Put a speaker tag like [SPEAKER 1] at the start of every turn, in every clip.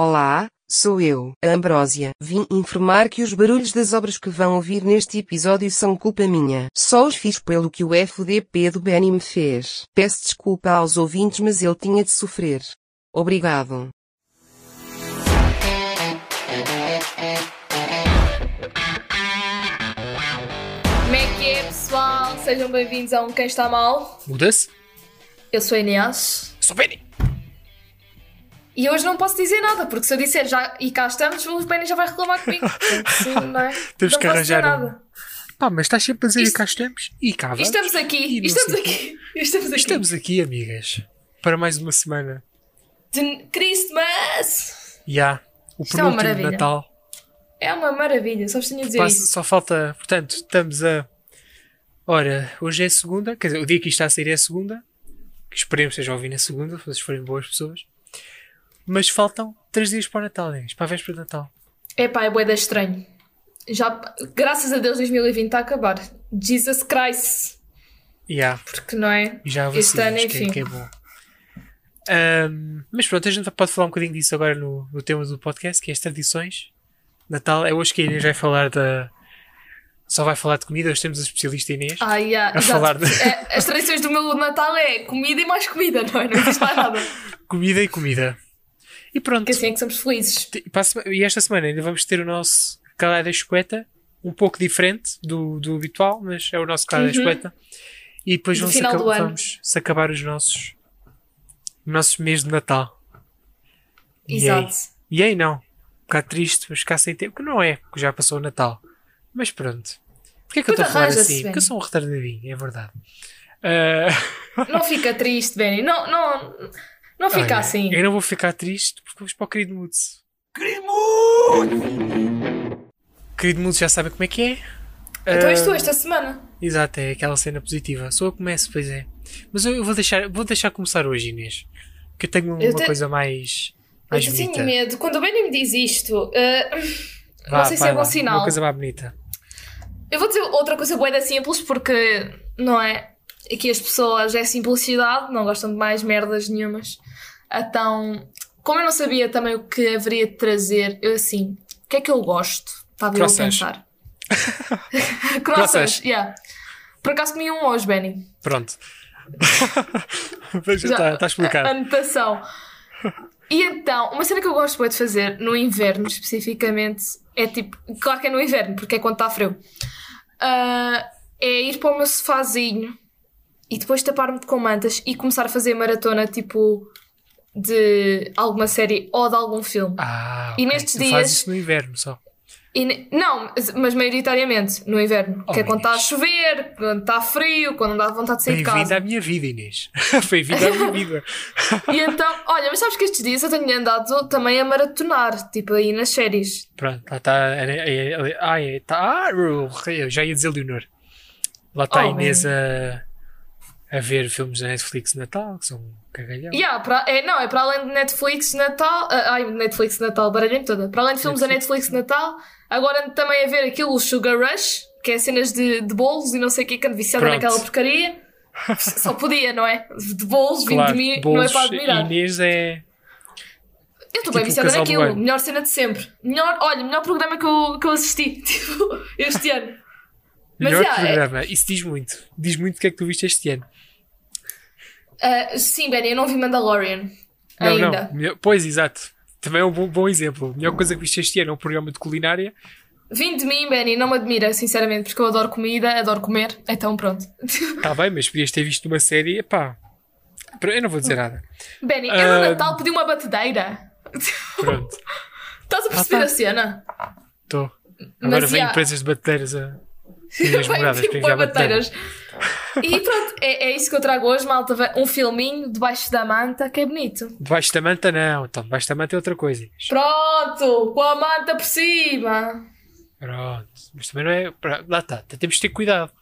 [SPEAKER 1] Olá, sou eu, a Ambrósia. Vim informar que os barulhos das obras que vão ouvir neste episódio são culpa minha. Só os fiz pelo que o FDP do Benny me fez. Peço desculpa aos ouvintes, mas ele tinha de sofrer. Obrigado.
[SPEAKER 2] Como é que é, pessoal? Sejam bem-vindos a Um Quem Está Mal.
[SPEAKER 3] Muda-se?
[SPEAKER 2] Eu sou a Inês.
[SPEAKER 3] Sou Benny!
[SPEAKER 2] E hoje não posso dizer nada, porque se eu disser já e cá estamos, o Benny já vai reclamar comigo. Portanto, sim, não é?
[SPEAKER 3] Temos
[SPEAKER 2] não
[SPEAKER 3] que
[SPEAKER 2] posso dizer
[SPEAKER 3] arranjar um.
[SPEAKER 2] nada.
[SPEAKER 3] Pá, mas estás sempre a dizer
[SPEAKER 2] Isto-
[SPEAKER 3] que cá estamos e cá
[SPEAKER 2] E
[SPEAKER 3] vamos.
[SPEAKER 2] Estamos aqui,
[SPEAKER 3] E
[SPEAKER 2] e
[SPEAKER 3] não
[SPEAKER 2] estamos
[SPEAKER 3] sei.
[SPEAKER 2] aqui, e estamos aqui.
[SPEAKER 3] Estamos é aqui, amigas, para mais uma semana.
[SPEAKER 2] De Christmas!
[SPEAKER 3] E há o
[SPEAKER 2] Isto é uma
[SPEAKER 3] penúltimo
[SPEAKER 2] maravilha.
[SPEAKER 3] Natal.
[SPEAKER 2] É uma maravilha, só vos tenho a dizer
[SPEAKER 3] Pá,
[SPEAKER 2] isso.
[SPEAKER 3] só falta, portanto, estamos a. Ora, hoje é segunda, quer dizer, o dia que isto está a sair é segunda. Que esperemos que estejam a ouvir na segunda, se vocês forem boas pessoas. Mas faltam três dias para o Natal, Inês, para a véspera de Natal.
[SPEAKER 2] Epá, é boeda estranho. Já, graças a Deus 2020 está a acabar. Jesus Christ!
[SPEAKER 3] E há.
[SPEAKER 2] Porque não é?
[SPEAKER 3] E já há
[SPEAKER 2] Este ano,
[SPEAKER 3] vacinas, que,
[SPEAKER 2] enfim.
[SPEAKER 3] é- que é bom. Ahm, mas pronto, a gente pode falar um bocadinho disso agora no, no tema do podcast, que é as tradições. Natal, é hoje que a Inês vai falar da. Só vai falar de comida, hoje temos a especialista Inês.
[SPEAKER 2] Ah, yeah,
[SPEAKER 3] A
[SPEAKER 2] exato.
[SPEAKER 3] falar de-
[SPEAKER 2] É, as tradições do meu Natal é comida e mais comida, não é? Não existe mais nada.
[SPEAKER 3] Comida e comida. E pronto,
[SPEAKER 2] Porque assim é que somos felizes.
[SPEAKER 3] te- para a sema- e esta semana ainda vamos ter o nosso calai da escueta, um pouco diferente do, do habitual, mas é o nosso calai da escueta. E depois
[SPEAKER 2] Uhum. Do
[SPEAKER 3] vão-se
[SPEAKER 2] final
[SPEAKER 3] acab-
[SPEAKER 2] do ano.
[SPEAKER 3] vamos-se acabar os nossos, nossos meses de Natal. E é aí?
[SPEAKER 2] Exato.
[SPEAKER 3] E aí não. Um bocado triste, mas ficar sem tempo, que não é, porque já passou o Natal. Mas pronto. Porquê é que eu
[SPEAKER 2] Tudo
[SPEAKER 3] estou a falar
[SPEAKER 2] arranja-se,
[SPEAKER 3] assim? Porque eu
[SPEAKER 2] Benny.
[SPEAKER 3] sou um retardadinho, é verdade. Ah,
[SPEAKER 2] Não fica triste, Benny. Não, não, não fica
[SPEAKER 3] olha,
[SPEAKER 2] assim.
[SPEAKER 3] Eu não vou ficar triste porque vamos para o querido Moods. Querido Moods! Querido Moods já sabe como é que é.
[SPEAKER 2] Então
[SPEAKER 3] Ah,
[SPEAKER 2] és tu esta semana.
[SPEAKER 3] Exato, é aquela cena positiva. Só eu começo, pois é. Mas eu eu vou deixar, vou deixar começar hoje, Inês. Que eu tenho uma
[SPEAKER 2] Eu te-
[SPEAKER 3] coisa mais.
[SPEAKER 2] Eu
[SPEAKER 3] mais bonita.
[SPEAKER 2] tinha medo. Quando o Benny me diz isto, ah,
[SPEAKER 3] Vá,
[SPEAKER 2] não sei se
[SPEAKER 3] vai
[SPEAKER 2] é bom
[SPEAKER 3] lá,
[SPEAKER 2] sinal.
[SPEAKER 3] Uma coisa mais bonita.
[SPEAKER 2] Eu vou dizer outra coisa boa simples porque, não é? Aqui as pessoas é simplicidade, não gostam de mais merdas nenhumas. Então, como eu não sabia também o que haveria de trazer, eu assim, o que é que eu gosto? Estava eu a
[SPEAKER 3] Croissants.
[SPEAKER 2] pensar.
[SPEAKER 3] Croissants.
[SPEAKER 2] Croissants, yeah. Por acaso comi um hoje, Benny.
[SPEAKER 3] Pronto. Veja,
[SPEAKER 2] Já- Ah,
[SPEAKER 3] está tá explicado.
[SPEAKER 2] Anotação. E então, uma cena que eu gosto bué de fazer no inverno, especificamente, é tipo, claro que é no inverno, porque é quando está frio, Ah, é ir para o meu sofazinho e depois tapar-me com mantas e começar a fazer maratona, tipo, de alguma série ou de algum filme.
[SPEAKER 3] Ah,
[SPEAKER 2] E
[SPEAKER 3] ok.
[SPEAKER 2] nestes
[SPEAKER 3] Tu fazes
[SPEAKER 2] dias-
[SPEAKER 3] isso no inverno só.
[SPEAKER 2] E ne- não, mas- mas maioritariamente no inverno,
[SPEAKER 3] Oh,
[SPEAKER 2] que é quando está a
[SPEAKER 3] Inês.
[SPEAKER 2] chover, quando está frio, quando não dá vontade de sair de casa.
[SPEAKER 3] Bem-vinda à minha vida, Inês. Bem-vinda à minha vida.
[SPEAKER 2] E então, olha, mas sabes que estes dias eu tenho andado também a maratonar, tipo aí nas séries.
[SPEAKER 3] Pronto, lá está. Ai, é- tá. ah, Eu já ia dizer Leonor. Lá está a
[SPEAKER 2] Oh,
[SPEAKER 3] Inês a, a ver filmes da Netflix de Natal, que são um cagalhão.
[SPEAKER 2] Yeah, pra- é, não, é para além de Netflix de Natal. ah, ai, Netflix de Natal, baralhei-me toda. Para além de filmes da Netflix de Natal, agora ando também a ver aquilo, o Sugar Rush, que é cenas de, de bolos e não sei o que, que ando viciada
[SPEAKER 3] Pronto.
[SPEAKER 2] naquela porcaria. Só podia, não é? De bolos,
[SPEAKER 3] Claro,
[SPEAKER 2] vindo de mim,
[SPEAKER 3] bolos,
[SPEAKER 2] não é para admirar.
[SPEAKER 3] Inês é.
[SPEAKER 2] Eu estou bem
[SPEAKER 3] tipo o
[SPEAKER 2] viciada
[SPEAKER 3] casal do
[SPEAKER 2] naquilo.
[SPEAKER 3] ano.
[SPEAKER 2] Melhor cena de sempre. Melhor, olha, melhor programa que eu, que eu assisti tipo, este ano. Mas
[SPEAKER 3] Melhor
[SPEAKER 2] yeah, é-
[SPEAKER 3] programa. Isso diz muito. Diz muito o que é que tu viste este ano.
[SPEAKER 2] Ah, sim, Benny, eu não vi Mandalorian
[SPEAKER 3] Não,
[SPEAKER 2] ainda.
[SPEAKER 3] não. Melhor- Pois, exato. Também é um bom, bom exemplo. A melhor coisa que viste este ano é um programa de culinária.
[SPEAKER 2] Vindo de mim, Benny, não me admira, sinceramente, porque eu adoro comida, adoro comer, então pronto.
[SPEAKER 3] Está Tá bem, mas podias ter visto uma série, epá. Pr- Eu não vou dizer nada.
[SPEAKER 2] Benny, eu no
[SPEAKER 3] Ah.
[SPEAKER 2] Natal pedi uma batedeira.
[SPEAKER 3] Pronto,
[SPEAKER 2] Estás a perceber
[SPEAKER 3] Ah, tá.
[SPEAKER 2] a cena?
[SPEAKER 3] estou.
[SPEAKER 2] Mas
[SPEAKER 3] Agora vem
[SPEAKER 2] já-
[SPEAKER 3] empresas de bateiras a. Vem as
[SPEAKER 2] Bem,
[SPEAKER 3] moradas,
[SPEAKER 2] tipo,
[SPEAKER 3] tem que
[SPEAKER 2] pôr
[SPEAKER 3] já bater.
[SPEAKER 2] bateiras. E pronto, é, é isso que eu trago hoje, malta. Um filminho debaixo da manta, que é bonito.
[SPEAKER 3] Debaixo da manta, não. Então, debaixo da manta é outra coisa. Inês.
[SPEAKER 2] Pronto, com a manta por cima.
[SPEAKER 3] Pronto. Mas também não é. pra- Lá está. Temos de ter cuidado.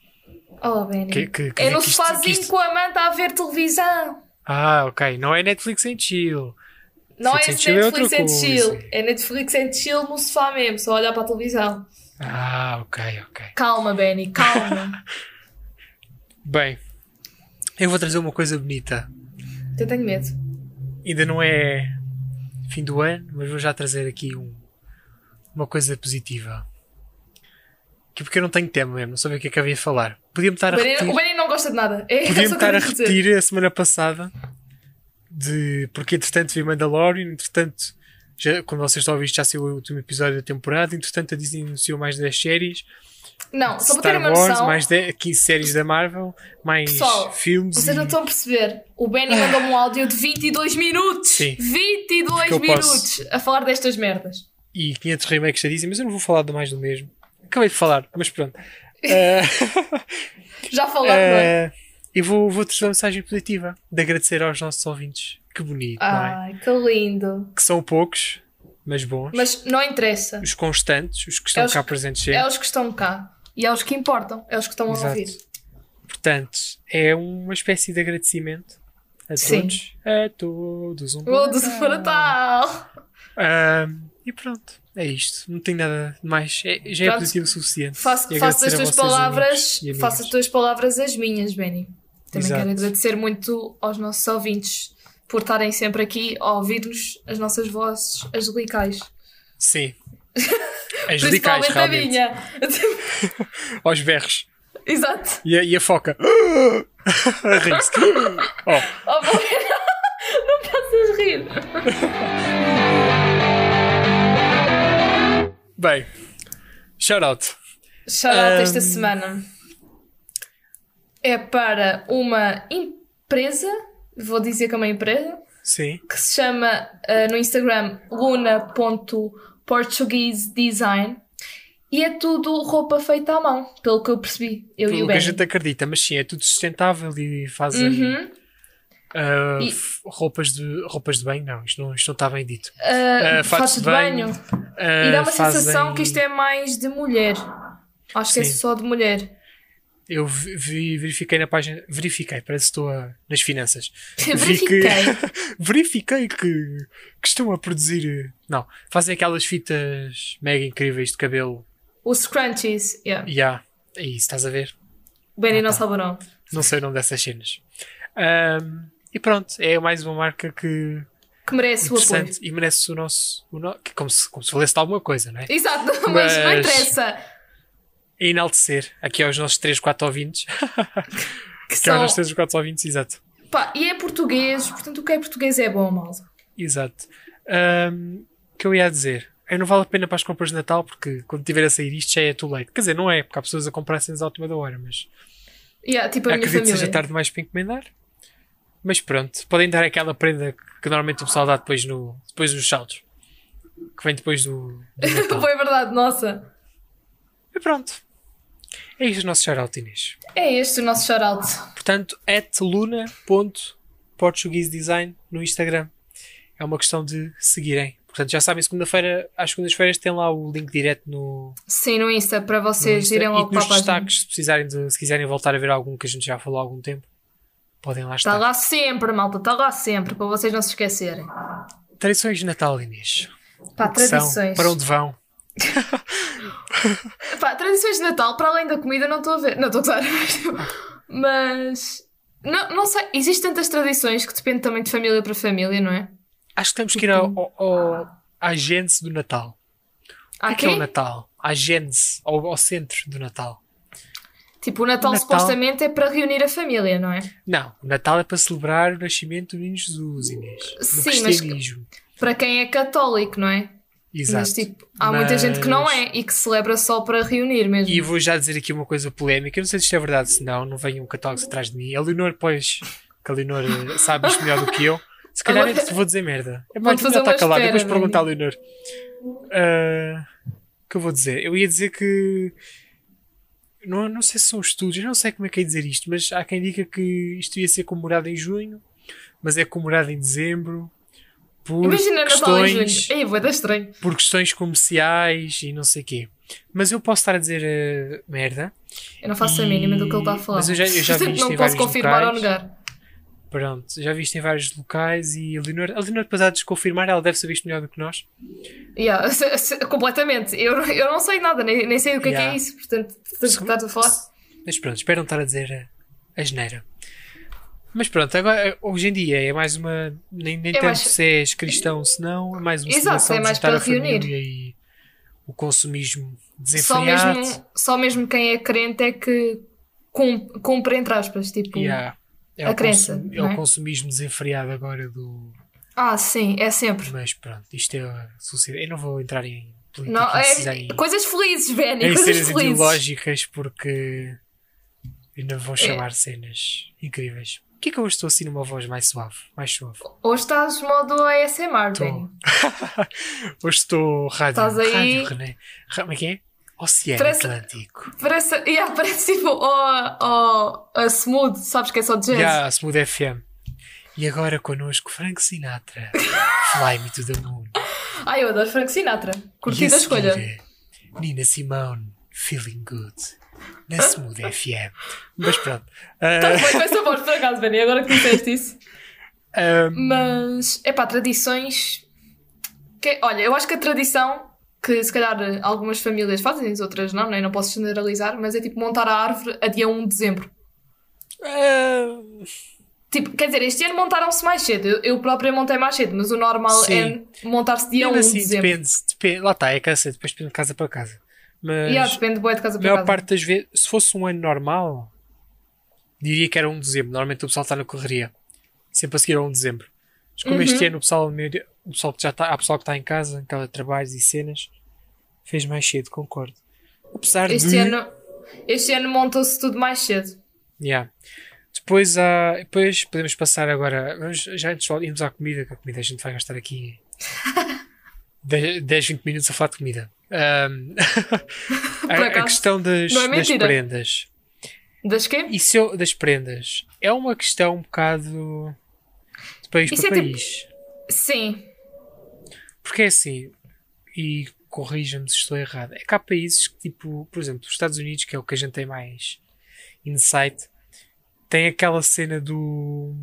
[SPEAKER 2] Oh, Benny.
[SPEAKER 3] Que- que- que-
[SPEAKER 2] é no
[SPEAKER 3] que isto- que
[SPEAKER 2] sofazinho
[SPEAKER 3] isto-
[SPEAKER 2] com a manta a ver televisão.
[SPEAKER 3] Ah, ok. Não é Netflix and chill.
[SPEAKER 2] Não é
[SPEAKER 3] Netflix and chill é outra
[SPEAKER 2] Netflix and
[SPEAKER 3] coisa.
[SPEAKER 2] chill. É Netflix and chill no sofá mesmo, só olhar para a televisão.
[SPEAKER 3] Ah, ok, ok.
[SPEAKER 2] Calma, Benny, calma.
[SPEAKER 3] Bem, eu vou trazer uma coisa bonita.
[SPEAKER 2] eu tenho medo.
[SPEAKER 3] Ainda não é. fim do ano, mas vou já trazer aqui um- uma coisa positiva. Que porque eu não tenho tema mesmo, não sabia o que é que havia a falar. Podia-me estar
[SPEAKER 2] O
[SPEAKER 3] a repetir.
[SPEAKER 2] Benny, o Benny não gosta de nada. É
[SPEAKER 3] Podia-me
[SPEAKER 2] só o que eu
[SPEAKER 3] estar a
[SPEAKER 2] tenho dizer.
[SPEAKER 3] repetir a semana passada de porque entretanto vi Mandalorian, entretanto, já, quando vocês estão a ouvir, isto, já saiu o último episódio da temporada, entretanto a Disney anunciou mais 10 séries,
[SPEAKER 2] Não, só para ter
[SPEAKER 3] Star
[SPEAKER 2] uma
[SPEAKER 3] Wars,
[SPEAKER 2] noção.
[SPEAKER 3] mais 10, 15 séries da Marvel, mais
[SPEAKER 2] Pessoal,
[SPEAKER 3] filmes.
[SPEAKER 2] Vocês
[SPEAKER 3] e-
[SPEAKER 2] não estão a perceber. O Benny mandou-me um áudio de 22 minutos.
[SPEAKER 3] Sim.
[SPEAKER 2] 22
[SPEAKER 3] Porque eu
[SPEAKER 2] minutos
[SPEAKER 3] posso.
[SPEAKER 2] a falar destas merdas.
[SPEAKER 3] e 500 remakes da Disney, mas eu não vou falar do mais do mesmo. Acabei de falar, mas pronto. Eh,
[SPEAKER 2] Já falou, não é?
[SPEAKER 3] eh, eu vou, vou trazer uma mensagem positiva de agradecer aos nossos ouvintes. Que bonito, não é?
[SPEAKER 2] Ai, que lindo.
[SPEAKER 3] Que são poucos, mas bons.
[SPEAKER 2] Mas não interessa.
[SPEAKER 3] Os constantes, os que estão
[SPEAKER 2] É os-
[SPEAKER 3] cá presentes sempre.
[SPEAKER 2] É os que estão cá. E é os que importam. É os que estão a
[SPEAKER 3] Exato.
[SPEAKER 2] ouvir.
[SPEAKER 3] Portanto, é uma espécie de agradecimento a
[SPEAKER 2] Sim.
[SPEAKER 3] todos. A todos. Um bom
[SPEAKER 2] Todos
[SPEAKER 3] Natal.
[SPEAKER 2] para tal.
[SPEAKER 3] Ah, e pronto, é isto. Não tenho nada de mais. É- já é
[SPEAKER 2] Pronto.
[SPEAKER 3] positivo o suficiente.
[SPEAKER 2] Faço,
[SPEAKER 3] E
[SPEAKER 2] faço das
[SPEAKER 3] agradecer a
[SPEAKER 2] tuas
[SPEAKER 3] vocês,
[SPEAKER 2] palavras,
[SPEAKER 3] amigos e amigas.
[SPEAKER 2] faço as tuas palavras as minhas, Benny. Também
[SPEAKER 3] Exato.
[SPEAKER 2] quero agradecer muito aos nossos ouvintes por estarem sempre aqui a ouvir-nos as nossas vozes angelicais.
[SPEAKER 3] Sim. Angelicais,
[SPEAKER 2] Principalmente a
[SPEAKER 3] realmente.
[SPEAKER 2] minha.
[SPEAKER 3] Aos berros.
[SPEAKER 2] Exato.
[SPEAKER 3] E a, e a foca. A rir-se. Oh,
[SPEAKER 2] Oh, Benny, não possas rir.
[SPEAKER 3] bem. Shout out.
[SPEAKER 2] Shoutout
[SPEAKER 3] Um,
[SPEAKER 2] esta semana é para uma empresa, vou dizer que é uma empresa,
[SPEAKER 3] Sim.
[SPEAKER 2] que se chama eh, no Instagram luna.portuguesedesign e é tudo roupa feita à mão, pelo que eu percebi, eu e o
[SPEAKER 3] Tudo o que
[SPEAKER 2] Ben.
[SPEAKER 3] a gente acredita, mas sim, é tudo sustentável e fazem ah,
[SPEAKER 2] Uhum. E-
[SPEAKER 3] f- roupas, de, roupas de banho. Não, isto não isto não está bem dito.
[SPEAKER 2] Eh,
[SPEAKER 3] eh,
[SPEAKER 2] fatos de banho.
[SPEAKER 3] ah,
[SPEAKER 2] E dá uma
[SPEAKER 3] fazem-
[SPEAKER 2] sensação que isto é mais de mulher. Acho que é
[SPEAKER 3] Sim.
[SPEAKER 2] só de mulher.
[SPEAKER 3] Eu vi- vi- verifiquei na página. Verifiquei, parece que estou a- nas finanças. Vi que-
[SPEAKER 2] Verifiquei.
[SPEAKER 3] verifiquei que, que estão a produzir. eh, Não, fazem aquelas fitas mega incríveis de cabelo.
[SPEAKER 2] Os scrunchies. Yeah.
[SPEAKER 3] Já, é isso, estás a ver?
[SPEAKER 2] O Benny
[SPEAKER 3] Ah,
[SPEAKER 2] não
[SPEAKER 3] tá.
[SPEAKER 2] sabe o nome.
[SPEAKER 3] Não sei o nome dessas cenas. Ahm, e pronto, é mais uma marca que
[SPEAKER 2] Que merece o apoio.
[SPEAKER 3] interessante e merece o nosso. O no- que como, se, como se valesse de alguma coisa, não é?
[SPEAKER 2] Exato, mas, não
[SPEAKER 3] Mas-
[SPEAKER 2] interessa.
[SPEAKER 3] E enaltecer aqui aos nossos 3, 4 ouvintes.
[SPEAKER 2] Que
[SPEAKER 3] Que aos
[SPEAKER 2] são...
[SPEAKER 3] nossos 3, 4 ouvintes, exato.
[SPEAKER 2] Pá, e é português, portanto o que é português é bom, malta.
[SPEAKER 3] Exato. Ahm, O que eu ia dizer? Eu não vale a pena para as compras de Natal porque quando tiver a sair isto já é too late. Quer dizer, não é, porque há pessoas a comprar cenas à última da hora, mas
[SPEAKER 2] Yeah, tipo a minha
[SPEAKER 3] acredito que
[SPEAKER 2] família.
[SPEAKER 3] seja tarde demais para encomendar. Mas pronto, podem dar aquela prenda que normalmente o pessoal dá depois, no, depois dos saldos. Que vem depois do. do Natal.
[SPEAKER 2] Foi é verdade, nossa.
[SPEAKER 3] e pronto. É isto o nosso shout-out, Inês.
[SPEAKER 2] É este o nosso shoutout.
[SPEAKER 3] Portanto, at luna.portuguesedesign no Instagram. É uma questão de seguirem. Portanto, já sabem, segunda-feira, às segundas-feiras tem lá o link direto no,
[SPEAKER 2] Sim, no Insta, para
[SPEAKER 3] no
[SPEAKER 2] vocês
[SPEAKER 3] Insta.
[SPEAKER 2] irem
[SPEAKER 3] e
[SPEAKER 2] logo para
[SPEAKER 3] nos
[SPEAKER 2] a página.
[SPEAKER 3] destaques, se, precisarem de- se quiserem voltar a ver algum que a gente já falou há algum tempo, podem lá
[SPEAKER 2] Está
[SPEAKER 3] estar.
[SPEAKER 2] Tá lá sempre, malta, está lá sempre, para vocês não se esquecerem.
[SPEAKER 3] Tradições de Natal, Inês.
[SPEAKER 2] Pá,
[SPEAKER 3] Que são?
[SPEAKER 2] tradições.
[SPEAKER 3] Para onde vão?
[SPEAKER 2] Pá, tradições de Natal, para além da comida, não estou a ver. Não estou a gozar, mas. tipo, mas... Não, não sei, existem tantas tradições que depende também de família para família, não é?
[SPEAKER 3] Acho que temos que ir
[SPEAKER 2] Uhum.
[SPEAKER 3] ao, ao, ao- à gênese do Natal. O que é
[SPEAKER 2] Há
[SPEAKER 3] que é o
[SPEAKER 2] quê?
[SPEAKER 3] Natal? À gênese, ao, ao centro do Natal.
[SPEAKER 2] Tipo, o Natal,
[SPEAKER 3] O Natal-
[SPEAKER 2] supostamente é para reunir a família, não é?
[SPEAKER 3] Não, o Natal é para celebrar o nascimento do menino Jesus, Inês. No
[SPEAKER 2] Sim, mas-
[SPEAKER 3] cristianismo.
[SPEAKER 2] Para quem é católico, não é?
[SPEAKER 3] Exato.
[SPEAKER 2] Mas tipo, há muita gente que não
[SPEAKER 3] Mas-
[SPEAKER 2] é e que celebra só para reunir mesmo.
[SPEAKER 3] E vou já dizer aqui uma coisa polémica. Eu não sei se isto é verdade, se não, não venham católicos atrás de mim. A Leonor, pois, que a Leonor eh, sabe isto melhor do que eu. Se calhar
[SPEAKER 2] Agora-
[SPEAKER 3] eu vou dizer merda. É mais
[SPEAKER 2] Vou fazer
[SPEAKER 3] melhor estar
[SPEAKER 2] uma
[SPEAKER 3] calado. Depois
[SPEAKER 2] espera,
[SPEAKER 3] perguntar à Leonor. Ah, O que eu vou dizer? Eu ia dizer que. Não, não sei se são estudos, eu não sei como é que é dizer isto, mas há quem diga que isto ia ser comemorado em junho, mas é comemorado em dezembro. Por
[SPEAKER 2] Imagina Natal
[SPEAKER 3] questões,
[SPEAKER 2] em junho. Ei, vai dar estranho.
[SPEAKER 3] por questões comerciais e não sei quê. Mas eu posso estar a dizer eh, merda.
[SPEAKER 2] Eu não faço a
[SPEAKER 3] E-
[SPEAKER 2] mínima do que ele está a falar.
[SPEAKER 3] Mas eu já- eu já vi
[SPEAKER 2] Portanto,
[SPEAKER 3] isto
[SPEAKER 2] não
[SPEAKER 3] em
[SPEAKER 2] posso
[SPEAKER 3] vários
[SPEAKER 2] confirmar
[SPEAKER 3] locais.
[SPEAKER 2] ou negar.
[SPEAKER 3] Pronto, já vi isto em vários locais e a Leonor, a Leonor apesar de desconfirmar, ela deve saber isto melhor do que nós.
[SPEAKER 2] Yeah, se- se- completamente. Eu, eu não sei nada, nem, nem sei o que é que
[SPEAKER 3] Yeah.
[SPEAKER 2] é isso. Portanto, tu- tu estás a falar.
[SPEAKER 3] Mas pronto, espero não estar a diger a, a geneira. eh, Mas pronto, agora, hoje em dia é mais uma. Nem, nem
[SPEAKER 2] É
[SPEAKER 3] tanto
[SPEAKER 2] mais-
[SPEAKER 3] se és cristão, se não, é mais uma
[SPEAKER 2] Exato,
[SPEAKER 3] celebração
[SPEAKER 2] é
[SPEAKER 3] de
[SPEAKER 2] mais
[SPEAKER 3] juntar
[SPEAKER 2] para
[SPEAKER 3] a família
[SPEAKER 2] reunir.
[SPEAKER 3] e o consumismo
[SPEAKER 2] Só
[SPEAKER 3] desenfreado.
[SPEAKER 2] mesmo, só mesmo quem é crente é que cum- cumpre, entre aspas, tipo.
[SPEAKER 3] E há- é
[SPEAKER 2] A
[SPEAKER 3] o
[SPEAKER 2] crença,
[SPEAKER 3] consum- é
[SPEAKER 2] não
[SPEAKER 3] o
[SPEAKER 2] é?
[SPEAKER 3] consumismo desenfreado agora do.
[SPEAKER 2] Ah, sim, é sempre.
[SPEAKER 3] Mas pronto, isto é a sociedade. Eu não vou entrar em política,
[SPEAKER 2] Não, é-
[SPEAKER 3] precisar em,
[SPEAKER 2] coisas felizes, Benny,
[SPEAKER 3] em
[SPEAKER 2] coisas
[SPEAKER 3] cenas
[SPEAKER 2] felizes.
[SPEAKER 3] ideológicas porque ainda
[SPEAKER 2] É.
[SPEAKER 3] vão chamar cenas incríveis. Porquê que eu hoje estou assim numa voz mais suave? Mais suave.
[SPEAKER 2] Hoje estás modo ASMR,
[SPEAKER 3] Tô.
[SPEAKER 2] Benny.
[SPEAKER 3] Hoje estou rádio.
[SPEAKER 2] Estás aí?
[SPEAKER 3] Rádio René. Ra- Como é que é? Oceano
[SPEAKER 2] Parece-
[SPEAKER 3] Atlântico.
[SPEAKER 2] Parece, yeah, parece tipo ó, ó, a Smooth, sabes que é só jazz.
[SPEAKER 3] Já, Smooth FM. E agora connosco Frank Sinatra. Fly Me to the Moon.
[SPEAKER 2] Ai, eu adoro Frank Sinatra. Curti
[SPEAKER 3] E
[SPEAKER 2] da
[SPEAKER 3] a seguir,
[SPEAKER 2] escolha.
[SPEAKER 3] Nina Simone, Feeling Good. Na Smooth FM. Mas pronto.
[SPEAKER 2] Estás bem com essa voz, por acaso, Benny, agora que disseste isso.
[SPEAKER 3] Ah, ah,
[SPEAKER 2] Mas, é pá, tradições. que- olha, eu acho que a tradição que se calhar algumas famílias fazem, as outras não, né? não posso generalizar, mas é tipo montar a árvore a dia 1 de dezembro. É,
[SPEAKER 3] ah,
[SPEAKER 2] Tipo, quer dizer, este ano montaram-se mais cedo. Eu, eu própria montei mais cedo, mas o normal
[SPEAKER 3] Sim.
[SPEAKER 2] é montar-se dia 1
[SPEAKER 3] mesmo
[SPEAKER 2] de
[SPEAKER 3] assim,
[SPEAKER 2] dezembro.
[SPEAKER 3] depende, depende. Lá está, é cansa, depois depende de casa para casa. Mas
[SPEAKER 2] Yeah, ah, depende boa de casa
[SPEAKER 3] a
[SPEAKER 2] para
[SPEAKER 3] maior
[SPEAKER 2] casa.
[SPEAKER 3] parte das vezes, se fosse um ano normal, diria que era 1 de dezembro. Normalmente o pessoal está na correria. Sempre a seguir a 1 de dezembro. Mas como
[SPEAKER 2] Uhum.
[SPEAKER 3] este ano o pessoal, a maioria- o pessoal que já está, há pessoal que está em casa, em casa de trabalhos e cenas, fez mais cedo, concordo. Apesar
[SPEAKER 2] Este
[SPEAKER 3] de.
[SPEAKER 2] ano, este ano montou-se tudo mais cedo.
[SPEAKER 3] Yeah. Depois, há, depois podemos passar agora. Vamos, já antes só irmos à comida, que a comida a gente vai gastar aqui 10, 20 minutos a falar de comida. Ahm, a, a
[SPEAKER 2] acaso,
[SPEAKER 3] questão das,
[SPEAKER 2] não é
[SPEAKER 3] das
[SPEAKER 2] mentira.
[SPEAKER 3] prendas.
[SPEAKER 2] Das quê?
[SPEAKER 3] Isso eu- das prendas é uma questão um bocado de país
[SPEAKER 2] Isso
[SPEAKER 3] para
[SPEAKER 2] é tipo-
[SPEAKER 3] país.
[SPEAKER 2] Sim.
[SPEAKER 3] Porque é assim, e corrija-me se estou errado, é que há países que, tipo, por exemplo, os Estados Unidos, que é o que a gente tem mais insight, tem aquela cena do.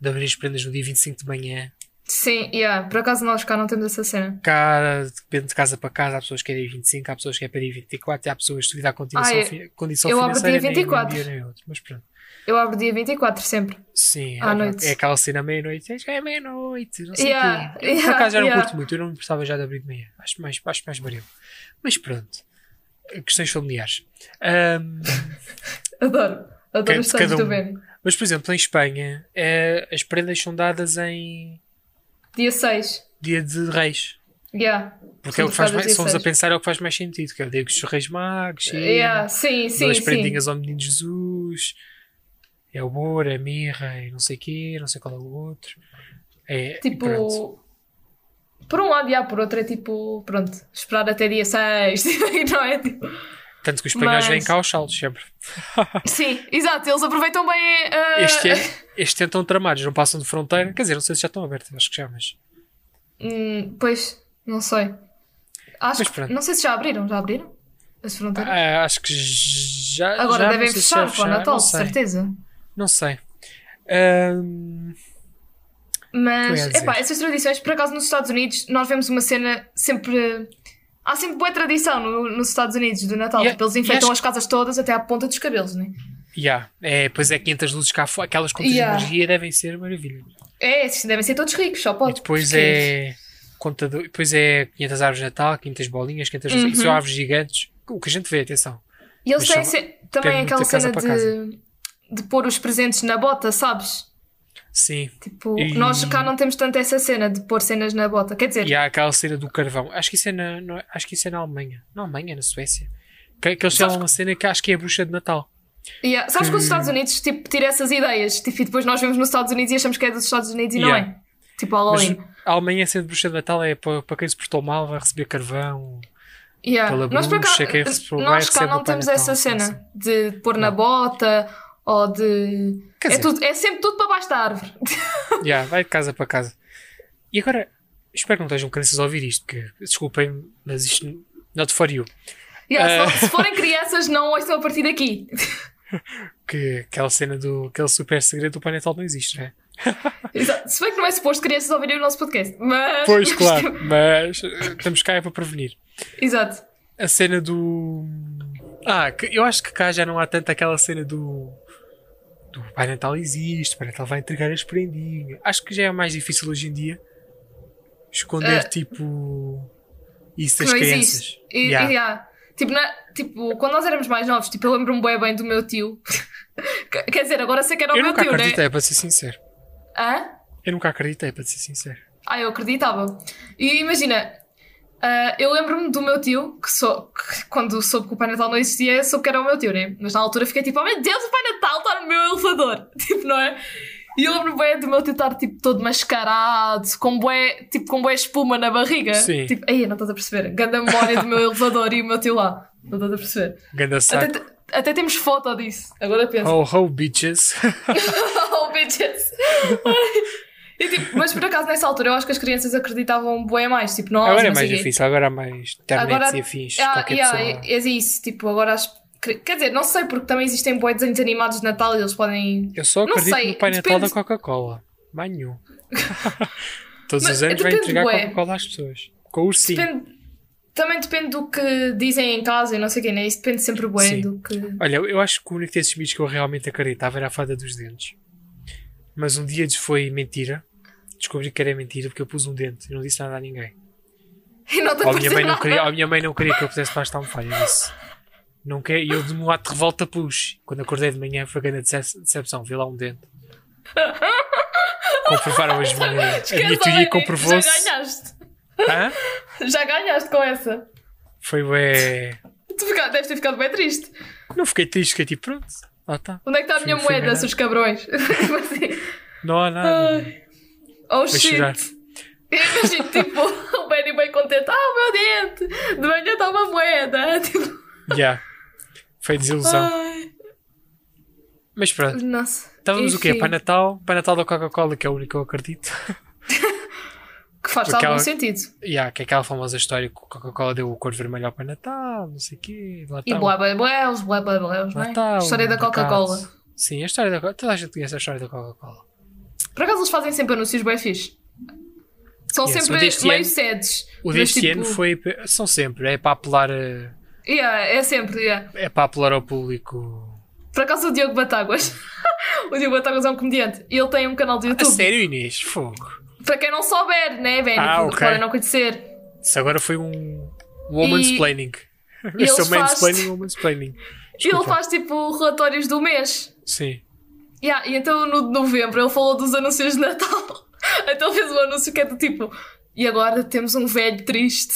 [SPEAKER 3] de abrir as prendas no dia 25 de manhã.
[SPEAKER 2] Sim, yeah. por acaso nós cá não temos essa cena.
[SPEAKER 3] Cá, depende de casa para casa, há pessoas que é dia 25, há pessoas que é para dia 24, e há pessoas que devido à condição,
[SPEAKER 2] Ah, é.
[SPEAKER 3] fi- condição
[SPEAKER 2] Eu abro
[SPEAKER 3] financeira
[SPEAKER 2] dia
[SPEAKER 3] nem num
[SPEAKER 2] 24.
[SPEAKER 3] dia nem outro. Mas pronto.
[SPEAKER 2] Eu abro dia 24 sempre.
[SPEAKER 3] Sim,
[SPEAKER 2] À
[SPEAKER 3] é,
[SPEAKER 2] noite.
[SPEAKER 3] é aquela cena à meia-noite, é, é meia-noite, não sei o
[SPEAKER 2] Yeah,
[SPEAKER 3] quê. Eu, por
[SPEAKER 2] yeah,
[SPEAKER 3] acaso já não
[SPEAKER 2] yeah.
[SPEAKER 3] curto muito, eu não me gostava já de abrir de meia. Acho mais, acho mais barulho. Mas pronto, questões familiares. Ahm,
[SPEAKER 2] Adoro. Adoro
[SPEAKER 3] Cada-
[SPEAKER 2] os sonhos
[SPEAKER 3] cada
[SPEAKER 2] do
[SPEAKER 3] um.
[SPEAKER 2] Ben.
[SPEAKER 3] mas, por exemplo, em Espanha, eh, as prendas são dadas em
[SPEAKER 2] Dia 6.
[SPEAKER 3] dia de reis.
[SPEAKER 2] Yeah.
[SPEAKER 3] Porque
[SPEAKER 2] Sim,
[SPEAKER 3] é o que faz
[SPEAKER 2] cada dia
[SPEAKER 3] mais, somos a
[SPEAKER 2] seis.
[SPEAKER 3] pensar, é o que faz mais sentido, que é o dia dos reis magos, sim,
[SPEAKER 2] Yeah. Sim, sim,
[SPEAKER 3] duas
[SPEAKER 2] sim.
[SPEAKER 3] prendinhas ao menino Jesus, é o ouro, é a mirra, e não sei o quê, não sei qual é o outro. É, e pronto.
[SPEAKER 2] Tipo. Por um lado, yeah, por outro é tipo, pronto, esperar até dia 6, não é? Tipo-
[SPEAKER 3] Tanto que os espanhóis
[SPEAKER 2] Mas-
[SPEAKER 3] vêm cá aos saldos sempre.
[SPEAKER 2] Sim, exato, eles aproveitam bem ah,
[SPEAKER 3] Este ano, este é ano estão tramados, não passam de fronteira. Quer dizer, não sei se já estão abertos, acho que já, mas.
[SPEAKER 2] Hum, pois, não sei. Acho
[SPEAKER 3] Mas
[SPEAKER 2] que-
[SPEAKER 3] pronto.
[SPEAKER 2] não sei se já abriram, já abriram as fronteiras?
[SPEAKER 3] Ah, acho que já.
[SPEAKER 2] Agora
[SPEAKER 3] Ah, já,
[SPEAKER 2] devem
[SPEAKER 3] não sei se
[SPEAKER 2] fechar
[SPEAKER 3] já
[SPEAKER 2] para o Natal,
[SPEAKER 3] não
[SPEAKER 2] de
[SPEAKER 3] sei.
[SPEAKER 2] certeza.
[SPEAKER 3] Não sei. Ahm,
[SPEAKER 2] Mas,
[SPEAKER 3] Estou a dizer.
[SPEAKER 2] epá, essas tradições, por acaso nos Estados Unidos, nós vemos uma cena sempre. Há sempre boa tradição no- nos Estados Unidos do Natal.
[SPEAKER 3] E a-
[SPEAKER 2] Tipo, eles
[SPEAKER 3] e
[SPEAKER 2] enfeitam
[SPEAKER 3] acho-
[SPEAKER 2] as casas todas até à ponta dos cabelos, né?
[SPEAKER 3] yeah, é, pois é, 500 luzes cá fora, aquelas contas
[SPEAKER 2] Yeah.
[SPEAKER 3] de energia devem ser maravilha.
[SPEAKER 2] É, esses devem ser todos ricos, só
[SPEAKER 3] E
[SPEAKER 2] pode.
[SPEAKER 3] depois
[SPEAKER 2] porque-
[SPEAKER 3] é. Conta do- depois é 500 árvores de Natal, 500 bolinhas, 500.
[SPEAKER 2] Uhum.
[SPEAKER 3] e são é árvores gigantes. O que a gente vê, atenção.
[SPEAKER 2] E eles
[SPEAKER 3] mas
[SPEAKER 2] têm
[SPEAKER 3] são-
[SPEAKER 2] se- também
[SPEAKER 3] muita
[SPEAKER 2] aquela
[SPEAKER 3] casa
[SPEAKER 2] cena
[SPEAKER 3] para
[SPEAKER 2] de, de pôr os presentes na bota, sabes?
[SPEAKER 3] Sim.
[SPEAKER 2] Tipo,
[SPEAKER 3] E-
[SPEAKER 2] nós cá não temos tanto essa cena de pôr cenas na bota. Quer dizer,
[SPEAKER 3] E há aquela cena do carvão. Acho que isso é na, não é- acho que isso é na Alemanha. Na Alemanha, na Suécia. Que, que eles têm lá uma cena que acho que é a bruxa de Natal.
[SPEAKER 2] Yeah. é, Sabes que... os Estados Unidos tipo, tiram essas ideias tipo, e depois nós vemos nos Estados Unidos e achamos que é dos Estados Unidos e não
[SPEAKER 3] Yeah.
[SPEAKER 2] é. Tipo,
[SPEAKER 3] Mas
[SPEAKER 2] Halloween.
[SPEAKER 3] a Alemanha, a cena de bruxa de Natal é para, para quem se portou mal, vai receber carvão.
[SPEAKER 2] Yeah.
[SPEAKER 3] aquela
[SPEAKER 2] Nós, por
[SPEAKER 3] bruxa
[SPEAKER 2] acaso,
[SPEAKER 3] que é esse problema,
[SPEAKER 2] nós
[SPEAKER 3] é
[SPEAKER 2] cá
[SPEAKER 3] sempre
[SPEAKER 2] não
[SPEAKER 3] o Pai
[SPEAKER 2] temos
[SPEAKER 3] Natal,
[SPEAKER 2] essa
[SPEAKER 3] assim,
[SPEAKER 2] cena de pôr na bota ou de.
[SPEAKER 3] Quer
[SPEAKER 2] é,
[SPEAKER 3] dizer-
[SPEAKER 2] tudo, é sempre tudo para baixo da árvore.
[SPEAKER 3] Já, vai de casa para casa. E agora, espero que não estejam crianças a ouvir isto, porque desculpem, mas isto not for you.
[SPEAKER 2] Yeah, se
[SPEAKER 3] Eh.
[SPEAKER 2] não- se, forem crianças, não ouçam a partir daqui.
[SPEAKER 3] Que aquela cena do aquele super segredo do Pai Natal não existe, não é?
[SPEAKER 2] Exato. Se bem que não é suposto crianças ouvirem o nosso podcast. Mas.
[SPEAKER 3] Pois,
[SPEAKER 2] mas-
[SPEAKER 3] claro, mas eh, estamos cá é para prevenir.
[SPEAKER 2] Exato.
[SPEAKER 3] a cena do. Ah, que- eu acho que cá já não há tanto aquela cena do. do Pai Natal existe, o Pai Natal vai entregar as prendinhas. Acho que já é mais difícil hoje em dia esconder,
[SPEAKER 2] Ah.
[SPEAKER 3] tipo, isso
[SPEAKER 2] que
[SPEAKER 3] das
[SPEAKER 2] não
[SPEAKER 3] crianças.
[SPEAKER 2] existe. E,
[SPEAKER 3] Yeah.
[SPEAKER 2] e, yeah. tipo, na- tipo, quando nós éramos mais novos, tipo, eu lembro-me bem, bem do meu tio. Quer- Quer dizer, agora sei que era o
[SPEAKER 3] Eu
[SPEAKER 2] meu
[SPEAKER 3] nunca
[SPEAKER 2] tio,
[SPEAKER 3] acreditei, é
[SPEAKER 2] né?
[SPEAKER 3] para ser sincero.
[SPEAKER 2] Hã?
[SPEAKER 3] Eu nunca acreditei, é para ser sincero.
[SPEAKER 2] Ah, eu acreditava. E imagina, ah, eu lembro-me do meu tio, que, sou, que quando soube que o Pai Natal não existia, soube que era o meu tio, né? Mas na altura fiquei tipo, oh meu Deus, o Pai Natal está no meu elevador. Tipo, não é? E eu lembro-me bem do meu tio estar tipo todo mascarado, com bué, tipo, com bué espuma na barriga.
[SPEAKER 3] Sim.
[SPEAKER 2] Tipo, aí não estás a perceber. Ganda memória do meu elevador e o meu tio lá. Não estás a perceber.
[SPEAKER 3] Ganda
[SPEAKER 2] Até,
[SPEAKER 3] saco.
[SPEAKER 2] te- até temos foto disso. Agora penso.
[SPEAKER 3] Oh, oh, bitches.
[SPEAKER 2] Oh, bitches. E, tipo, mas por acaso nessa altura eu acho que as crianças acreditavam bué mais, tipo, nós,
[SPEAKER 3] agora é
[SPEAKER 2] não sei
[SPEAKER 3] mais
[SPEAKER 2] o quê.
[SPEAKER 3] difícil, agora há mais internets e afins.
[SPEAKER 2] Ah,
[SPEAKER 3] qualquer
[SPEAKER 2] yeah,
[SPEAKER 3] pessoa.
[SPEAKER 2] é, é isso, tipo, agora as cri- quer dizer, não sei porque também existem bué desenhos animados de Natal e eles podem
[SPEAKER 3] Eu só
[SPEAKER 2] Não
[SPEAKER 3] acredito
[SPEAKER 2] sei,
[SPEAKER 3] no Pai Natal
[SPEAKER 2] depende-
[SPEAKER 3] da Coca-Cola. Mais nenhum. Todos
[SPEAKER 2] Mas
[SPEAKER 3] os anos vai
[SPEAKER 2] depende,
[SPEAKER 3] entregar
[SPEAKER 2] bué.
[SPEAKER 3] Coca-Cola às pessoas. Com o ursinho.
[SPEAKER 2] depende- também depende do que dizem em casa e não sei o quê, né? Isso depende sempre bué
[SPEAKER 3] Sim.
[SPEAKER 2] do que
[SPEAKER 3] Olha, eu acho que o único desses mitos que eu realmente acreditava era a fada dos dentes. Mas um dia des- foi mentira. Descobri que era mentira porque eu pus um dente e não disse nada a ninguém.
[SPEAKER 2] e não te
[SPEAKER 3] Ou a minha
[SPEAKER 2] apareceu
[SPEAKER 3] mãe não
[SPEAKER 2] nada.
[SPEAKER 3] queria, ou a minha mãe não queria que eu pudesse pastar uma falha. Eu disse, Não quer, e eu de um ato de revolta pus. Quando acordei de manhã foi grande decep- decepção. Vi lá um dente. Comprovaram as minhas. A minha
[SPEAKER 2] Esquece,
[SPEAKER 3] teoria
[SPEAKER 2] Leni, Já
[SPEAKER 3] comprovou-se.
[SPEAKER 2] ganhaste.
[SPEAKER 3] Hã?
[SPEAKER 2] Já ganhaste com essa.
[SPEAKER 3] Foi bué.
[SPEAKER 2] Tu fica- deves ter ficado bem triste.
[SPEAKER 3] Não fiquei triste, fiquei tipo, pronto. Lá está.
[SPEAKER 2] Onde é que está a minha
[SPEAKER 3] Fui- fui
[SPEAKER 2] moeda,
[SPEAKER 3] enganado.
[SPEAKER 2] seus cabrões? Tipo assim.
[SPEAKER 3] Não há nada.
[SPEAKER 2] Oh
[SPEAKER 3] Vou
[SPEAKER 2] shit!
[SPEAKER 3] chorar.
[SPEAKER 2] Eu imagino, tipo, o Benny bem contente. Ah, o meu dente! De manhã está uma moeda. Tipo,
[SPEAKER 3] Yeah. Foi desilusão.
[SPEAKER 2] ai.
[SPEAKER 3] Mas pronto.
[SPEAKER 2] Nossa.
[SPEAKER 3] Estávamos o quê?
[SPEAKER 2] Enfim,
[SPEAKER 3] Para Natal? Para Natal da Coca-Cola, que é o único que eu acredito.
[SPEAKER 2] Que faz
[SPEAKER 3] Porque
[SPEAKER 2] algum
[SPEAKER 3] ela-
[SPEAKER 2] sentido.
[SPEAKER 3] yeah, que é aquela famosa história que o Coca-Cola deu o cor vermelho ao Pai Natal, não sei o quê. Lá
[SPEAKER 2] E
[SPEAKER 3] tá o-
[SPEAKER 2] blá blá blá, os blá blá blá, não
[SPEAKER 3] lá
[SPEAKER 2] é?
[SPEAKER 3] tá o
[SPEAKER 2] História da
[SPEAKER 3] mercado.
[SPEAKER 2] Coca-Cola.
[SPEAKER 3] Sim, a história da Coca-Cola. Toda a gente conhece a história da Coca-Cola.
[SPEAKER 2] Por acaso eles fazem sempre anúncios bem fixe. São
[SPEAKER 3] Yes,
[SPEAKER 2] sempre
[SPEAKER 3] o deste
[SPEAKER 2] meio
[SPEAKER 3] ano-
[SPEAKER 2] sedes.
[SPEAKER 3] O
[SPEAKER 2] mas,
[SPEAKER 3] deste
[SPEAKER 2] tipo,
[SPEAKER 3] ano foi. São sempre. É para apelar, a-
[SPEAKER 2] Yeah, é sempre, yeah.
[SPEAKER 3] é para apelar ao público.
[SPEAKER 2] Por acaso o Diogo Batáguas. o Diogo Batáguas é um comediante. E ele tem um canal de
[SPEAKER 3] A
[SPEAKER 2] YouTube.
[SPEAKER 3] sério, Inês? Fogo.
[SPEAKER 2] Para quem não souber, né, Benny?
[SPEAKER 3] Ah,
[SPEAKER 2] Porque
[SPEAKER 3] ok.
[SPEAKER 2] Podem não conhecer.
[SPEAKER 3] Isso agora foi um. Woman's planning.
[SPEAKER 2] eles
[SPEAKER 3] Este é o
[SPEAKER 2] faz-
[SPEAKER 3] mansplaining, woman's
[SPEAKER 2] E
[SPEAKER 3] planning.
[SPEAKER 2] ele
[SPEAKER 3] Desculpa.
[SPEAKER 2] faz tipo relatórios do mês.
[SPEAKER 3] Sim.
[SPEAKER 2] Yeah, e então no de novembro ele falou dos anúncios de Natal. então fez um anúncio que é do tipo. E agora temos um velho triste.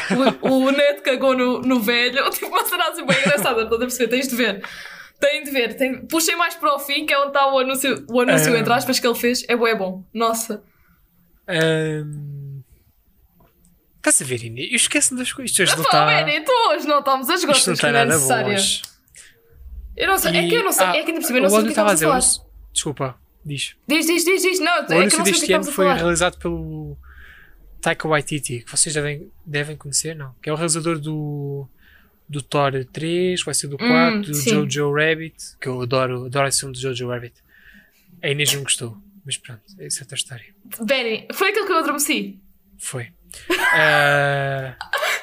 [SPEAKER 2] O, o neto cagou no, no velho. Tipo, uma cena assim bem engraçada, não perceber. Tens de ver. Têm de ver. Tem... Puxem mais para o fim, que é onde está o anúncio, o anúncio
[SPEAKER 3] Ah.
[SPEAKER 2] entre aspas, que ele fez. É bom, é bom. Nossa.
[SPEAKER 3] Ahm, Estás a ver, Inês? Eu esqueço das coisas. Isto hoje não
[SPEAKER 2] Pá, tá...
[SPEAKER 3] está.
[SPEAKER 2] Benny, tu hoje não estamos as
[SPEAKER 3] Isto não
[SPEAKER 2] gostas,
[SPEAKER 3] está
[SPEAKER 2] que não é
[SPEAKER 3] nada bom
[SPEAKER 2] necessário.
[SPEAKER 3] hoje.
[SPEAKER 2] Eu não sei, é
[SPEAKER 3] E-
[SPEAKER 2] que eu não sei,
[SPEAKER 3] ah,
[SPEAKER 2] é que ainda por cima eu não sei
[SPEAKER 3] Anúncio
[SPEAKER 2] do que
[SPEAKER 3] estava a
[SPEAKER 2] estamos a
[SPEAKER 3] dizer,
[SPEAKER 2] falar.
[SPEAKER 3] anúncio- Desculpa, diz.
[SPEAKER 2] Diz, diz, diz, diz. Não, é
[SPEAKER 3] O
[SPEAKER 2] que eu não sei
[SPEAKER 3] anúncio
[SPEAKER 2] do que
[SPEAKER 3] deste ano
[SPEAKER 2] estamos a
[SPEAKER 3] foi
[SPEAKER 2] falar.
[SPEAKER 3] realizado pelo Taika Waititi, que vocês devem, devem conhecer, não? Que é o realizador do, do Thor 3, vai ser do 4, do
[SPEAKER 2] Hum, sim.
[SPEAKER 3] Jojo Rabbit, que eu adoro, adoro esse filme do Jojo Rabbit. A Inês não gostou, mas pronto, essa é outra história.
[SPEAKER 2] Benny, foi aquilo que eu adormeci.
[SPEAKER 3] Foi. Ah,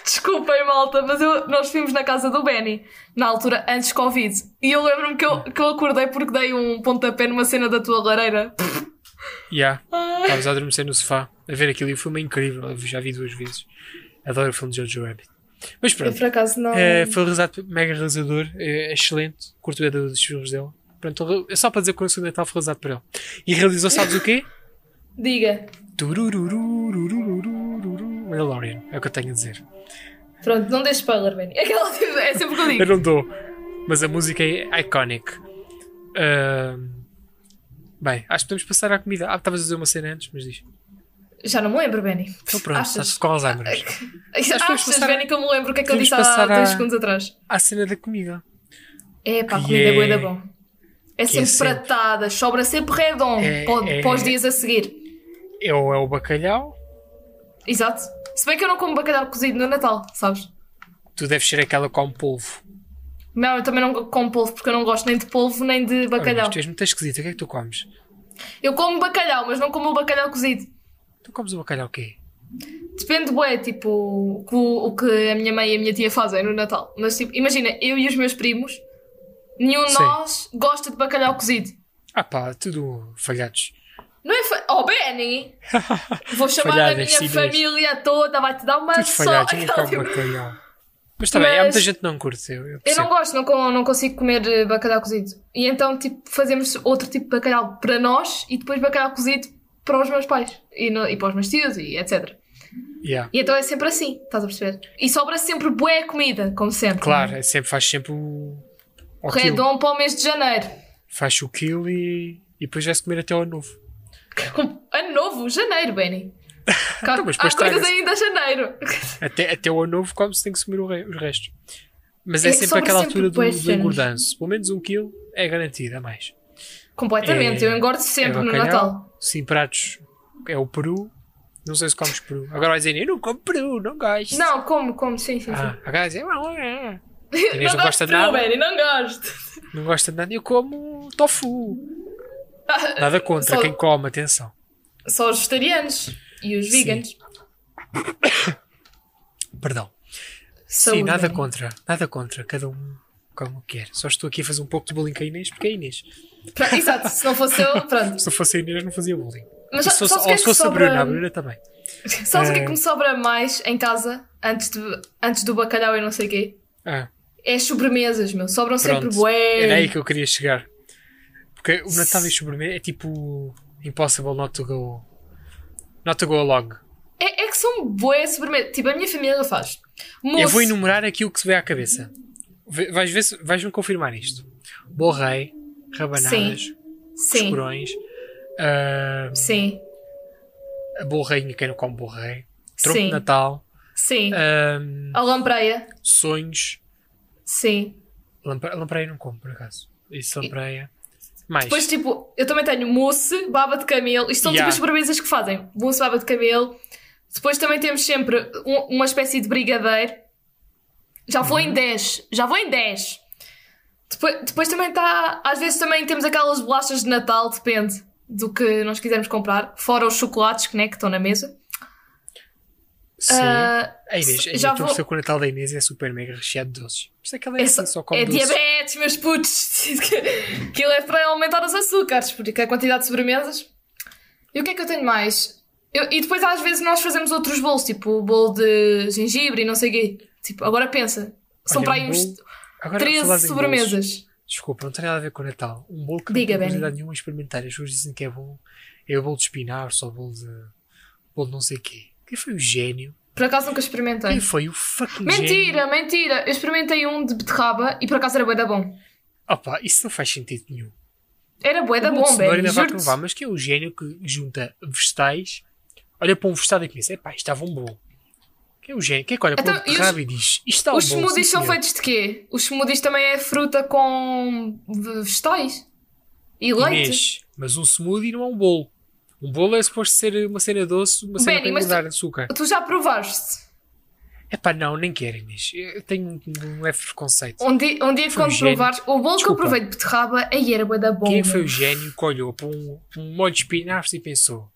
[SPEAKER 2] Desculpem, malta, mas eu- nós fomos na casa do Benny, na altura antes Covid. E eu lembro-me que eu, que eu acordei porque dei um pontapé numa cena da tua lareira.
[SPEAKER 3] yeah.
[SPEAKER 2] Ai,
[SPEAKER 3] Estavas a adormecer no sofá a ver aquilo e o filme é incrível. Eu já vi duas vezes. Adoro o filme de Jojo Rabbit. Mas
[SPEAKER 2] eu
[SPEAKER 3] pronto,
[SPEAKER 2] por acaso não.
[SPEAKER 3] eh, foi realizado por- mega realizador, eh, excelente. Curto bem dos filmes dele. Pronto, é só para dizer que o Anúncio de Natal foi realizado por ele. E realizou, sabes o quê?
[SPEAKER 2] Diga.
[SPEAKER 3] Turururururururururu. Mandalorian, é o que eu tenho a dizer.
[SPEAKER 2] Pronto, não deixes spoiler, Benny. Aquela, é sempre o que eu digo.
[SPEAKER 3] Eu não dou, mas a música é iconic. Ahm, Bem, acho que podemos passar à comida. Ah, estavas a dizer uma cena antes, mas diz.
[SPEAKER 2] Já não me lembro, Benny.
[SPEAKER 3] Então pronto,
[SPEAKER 2] Achas?
[SPEAKER 3] estás com Alzheimer. hoje.
[SPEAKER 2] Achas,
[SPEAKER 3] podemos passar-
[SPEAKER 2] Benny, que eu me lembro o que é que eu
[SPEAKER 3] podemos
[SPEAKER 2] disse há
[SPEAKER 3] passar a-
[SPEAKER 2] dois segundos atrás.
[SPEAKER 3] À cena da comida.
[SPEAKER 2] É pá,
[SPEAKER 3] Que
[SPEAKER 2] comida
[SPEAKER 3] é-
[SPEAKER 2] é... boa bom. É
[SPEAKER 3] que é
[SPEAKER 2] sempre
[SPEAKER 3] sempre-
[SPEAKER 2] pratada, sobra sempre redom
[SPEAKER 3] É-
[SPEAKER 2] para,
[SPEAKER 3] é-
[SPEAKER 2] para os dias a seguir.
[SPEAKER 3] É ou é o bacalhau.
[SPEAKER 2] Exato. Se bem que eu não como bacalhau cozido no Natal, sabes?
[SPEAKER 3] Tu deves ser aquela com polvo.
[SPEAKER 2] Não, eu também não como polvo porque eu não gosto nem de polvo nem de
[SPEAKER 3] Olha, é-
[SPEAKER 2] bacalhau.
[SPEAKER 3] mas tu és muito esquisita. O que é que tu comes?
[SPEAKER 2] Eu como bacalhau, mas não como o bacalhau cozido.
[SPEAKER 3] Tu comes o bacalhau o quê?
[SPEAKER 2] Depende, bué, tipo, o que- o que a minha mãe e a minha tia fazem no Natal. Mas, tipo, imagina, eu e os meus primos, nenhum de
[SPEAKER 3] Sim.
[SPEAKER 2] nós gosta de bacalhau cozido.
[SPEAKER 3] Ah pá, tudo falhados.
[SPEAKER 2] Não é fa... Oh, Benny! Vou chamar a
[SPEAKER 3] Falhadas,
[SPEAKER 2] minha
[SPEAKER 3] sim,
[SPEAKER 2] família toda, vai-te dar uma
[SPEAKER 3] Tudo
[SPEAKER 2] Ah, só.
[SPEAKER 3] falhados, ainda
[SPEAKER 2] Aquela,
[SPEAKER 3] com
[SPEAKER 2] tipo,
[SPEAKER 3] bacalhau. Mas também, há muita
[SPEAKER 2] Mas-
[SPEAKER 3] gente que não curte. Eu, eu
[SPEAKER 2] Eu
[SPEAKER 3] percebo.
[SPEAKER 2] não gosto, não, co- não consigo comer eh, bacalhau cozido. E então, tipo, fazemos outro tipo de bacalhau para nós e depois bacalhau cozido para os meus pais e, no- e para os meus tios e etc.
[SPEAKER 3] Yeah.
[SPEAKER 2] E então é sempre assim, estás a perceber? E sobra sempre boa comida, como sempre.
[SPEAKER 3] Claro, é sempre, faz sempre o. o quilo.
[SPEAKER 2] Redom para o mês de janeiro.
[SPEAKER 3] Faz o quilo e, e depois vai-se comer até ao novo.
[SPEAKER 2] Ano novo, janeiro, Benny. Cá-
[SPEAKER 3] Então, mas
[SPEAKER 2] Há coisas
[SPEAKER 3] depois traga-se.
[SPEAKER 2] ainda janeiro.
[SPEAKER 3] Até, até ao novo, como se tem que comer o re- os restos. Mas é,
[SPEAKER 2] É,
[SPEAKER 3] sempre
[SPEAKER 2] sobra
[SPEAKER 3] aquela
[SPEAKER 2] sempre
[SPEAKER 3] altura do,
[SPEAKER 2] boas
[SPEAKER 3] do
[SPEAKER 2] cenas.
[SPEAKER 3] engordanço. Pelo menos um quilo é garantido, a mais.
[SPEAKER 2] Completamente,
[SPEAKER 3] É-
[SPEAKER 2] eu engordo sempre
[SPEAKER 3] é
[SPEAKER 2] no
[SPEAKER 3] bacalhau,
[SPEAKER 2] Natal.
[SPEAKER 3] Sim, pratos. É o peru. Não sei se comes peru. Agora vai dizer, eu não como peru, não gosto.
[SPEAKER 2] Não, como, como, sim, sim, sim.
[SPEAKER 3] Ah, agora vai dizer, não, não, não.
[SPEAKER 2] não
[SPEAKER 3] Inês não gosta
[SPEAKER 2] gosto
[SPEAKER 3] de
[SPEAKER 2] de é tudo,
[SPEAKER 3] nada.
[SPEAKER 2] Benny, não gosto.
[SPEAKER 3] Não gosta de nada. Eu como tofu. Nada contra
[SPEAKER 2] Só-
[SPEAKER 3] quem come, atenção.
[SPEAKER 2] Só os vegetarianos e os vegans.
[SPEAKER 3] Perdão.
[SPEAKER 2] Saúde, né?
[SPEAKER 3] Sim, nada
[SPEAKER 2] Benny.
[SPEAKER 3] contra. Nada contra. Cada um como quer. Só estou aqui a fazer um pouco de bullying com a Inês, porque é a Inês.
[SPEAKER 2] Pronto, exato, se não fosse eu, pronto.
[SPEAKER 3] Se eu fosse a Inês, não fazia bullying.
[SPEAKER 2] Mas
[SPEAKER 3] e
[SPEAKER 2] só-
[SPEAKER 3] se fosse,
[SPEAKER 2] sabes o que
[SPEAKER 3] ou
[SPEAKER 2] é
[SPEAKER 3] se
[SPEAKER 2] que
[SPEAKER 3] fosse a
[SPEAKER 2] sobra-
[SPEAKER 3] Bruna, a Bruna também.
[SPEAKER 2] Sabes o que é
[SPEAKER 3] Eh.
[SPEAKER 2] que me sobra mais em casa, antes, de, antes do bacalhau e não sei o quê?
[SPEAKER 3] Ah,
[SPEAKER 2] É as sobremesas, meu. Sobram sempre
[SPEAKER 3] pronto. Era aí
[SPEAKER 2] bué.
[SPEAKER 3] que eu queria chegar. Porque o Natal e sobremesa é tipo impossible not to go. Not to go along.
[SPEAKER 2] É, é que são bué sobremesas. Tipo, a minha família faz. Mousse.
[SPEAKER 3] Eu vou enumerar aqui o que se vê à cabeça. Vê- Vais ver se- vais-me confirmar isto. Borrei, rabanadas,
[SPEAKER 2] Sim,
[SPEAKER 3] escorões, ah,
[SPEAKER 2] sim,
[SPEAKER 3] borreinho, quem não come borrei, tronco
[SPEAKER 2] Sim.
[SPEAKER 3] de Natal,
[SPEAKER 2] sim.
[SPEAKER 3] ah,
[SPEAKER 2] A lampreia,
[SPEAKER 3] sonhos,
[SPEAKER 2] sim.
[SPEAKER 3] lampre- lampreia não como, por acaso. Isso, lampreia. Mais.
[SPEAKER 2] Depois, tipo, eu também tenho mousse, baba de camelo. Isto são tipo
[SPEAKER 3] Yeah.
[SPEAKER 2] as sobremesas que fazem. Mousse, baba de camelo. Depois também temos sempre um- uma espécie de brigadeiro. Já vou
[SPEAKER 3] Uhum.
[SPEAKER 2] em 10. Já vou em 10. Depois, depois também está... Às vezes também temos aquelas bolachas de Natal, depende do que nós quisermos comprar. Fora os chocolates, que, né, que estão na mesa.
[SPEAKER 3] Sim.
[SPEAKER 2] Ah,
[SPEAKER 3] a Inês, a
[SPEAKER 2] já
[SPEAKER 3] Inês,
[SPEAKER 2] vou-
[SPEAKER 3] o seu com o Natal da Inês é super mega recheado de doces. Por isso é que ela é,
[SPEAKER 2] É,
[SPEAKER 3] assim,
[SPEAKER 2] só-
[SPEAKER 3] só come
[SPEAKER 2] é
[SPEAKER 3] doces.
[SPEAKER 2] diabetes, meus putos. Aquilo é para aumentar os açúcares, porque a quantidade de sobremesas. E o que é que eu tenho mais? Eu- e depois às vezes nós fazemos outros bolos, tipo o bolo de gengibre e não sei o quê. Tipo, agora pensa. São
[SPEAKER 3] Olha,
[SPEAKER 2] para
[SPEAKER 3] um
[SPEAKER 2] aí uns
[SPEAKER 3] bolo- Agora,
[SPEAKER 2] 13
[SPEAKER 3] falas em bolos.
[SPEAKER 2] sobremesas.
[SPEAKER 3] Desculpa, não tem nada a ver com o Natal. Um bolo que
[SPEAKER 2] Diga,
[SPEAKER 3] não tem
[SPEAKER 2] Benny.
[SPEAKER 3] curiosidade nenhuma a experimentar. As pessoas dizem que é bom. É o bolo de espinafres ou o bolo de. bolo de não sei quê. Quem foi o gênio?
[SPEAKER 2] Por acaso nunca
[SPEAKER 3] Quem
[SPEAKER 2] experimentei.
[SPEAKER 3] foi o fucking gênio?
[SPEAKER 2] Mentira, mentira. Eu experimentei um de beterraba e por acaso era bué da bom.
[SPEAKER 3] Opa, isso não faz sentido nenhum.
[SPEAKER 2] Era bué da
[SPEAKER 3] O bolo de
[SPEAKER 2] É bom,
[SPEAKER 3] cenoura
[SPEAKER 2] velho.
[SPEAKER 3] ainda vai
[SPEAKER 2] juro-te.
[SPEAKER 3] provar, mas que é o gênio que junta vegetais. Olha para um vegetal e pensa, epá, isto estava um bolo. Quem é o gênio? Quem é que olha
[SPEAKER 2] Então,
[SPEAKER 3] para um
[SPEAKER 2] e os-
[SPEAKER 3] beterraba e diz, isto está um bolo.
[SPEAKER 2] Os smoothies
[SPEAKER 3] sim,
[SPEAKER 2] são
[SPEAKER 3] senhor."
[SPEAKER 2] feitos de quê? Os smoothies também é fruta com vegetais e leite.
[SPEAKER 3] Inês, mas um smoothie não é um bolo. Um bolo é suposto ser uma cena doce, uma
[SPEAKER 2] Benny,
[SPEAKER 3] cena para
[SPEAKER 2] mas tu-
[SPEAKER 3] engordar açúcar.
[SPEAKER 2] Tu já provaste?
[SPEAKER 3] Epá, não, nem quero, Inês. Eu tenho um, um leve preconceito.
[SPEAKER 2] Um dia, um dia
[SPEAKER 3] Foi
[SPEAKER 2] quando
[SPEAKER 3] um gênio.
[SPEAKER 2] provares, o bolo que eu
[SPEAKER 3] Desculpa.
[SPEAKER 2] provei de beterraba, aí era bué da bom.
[SPEAKER 3] Quem foi o
[SPEAKER 2] meu.
[SPEAKER 3] gênio que olhou para um, para um molho de espinafres e pensou: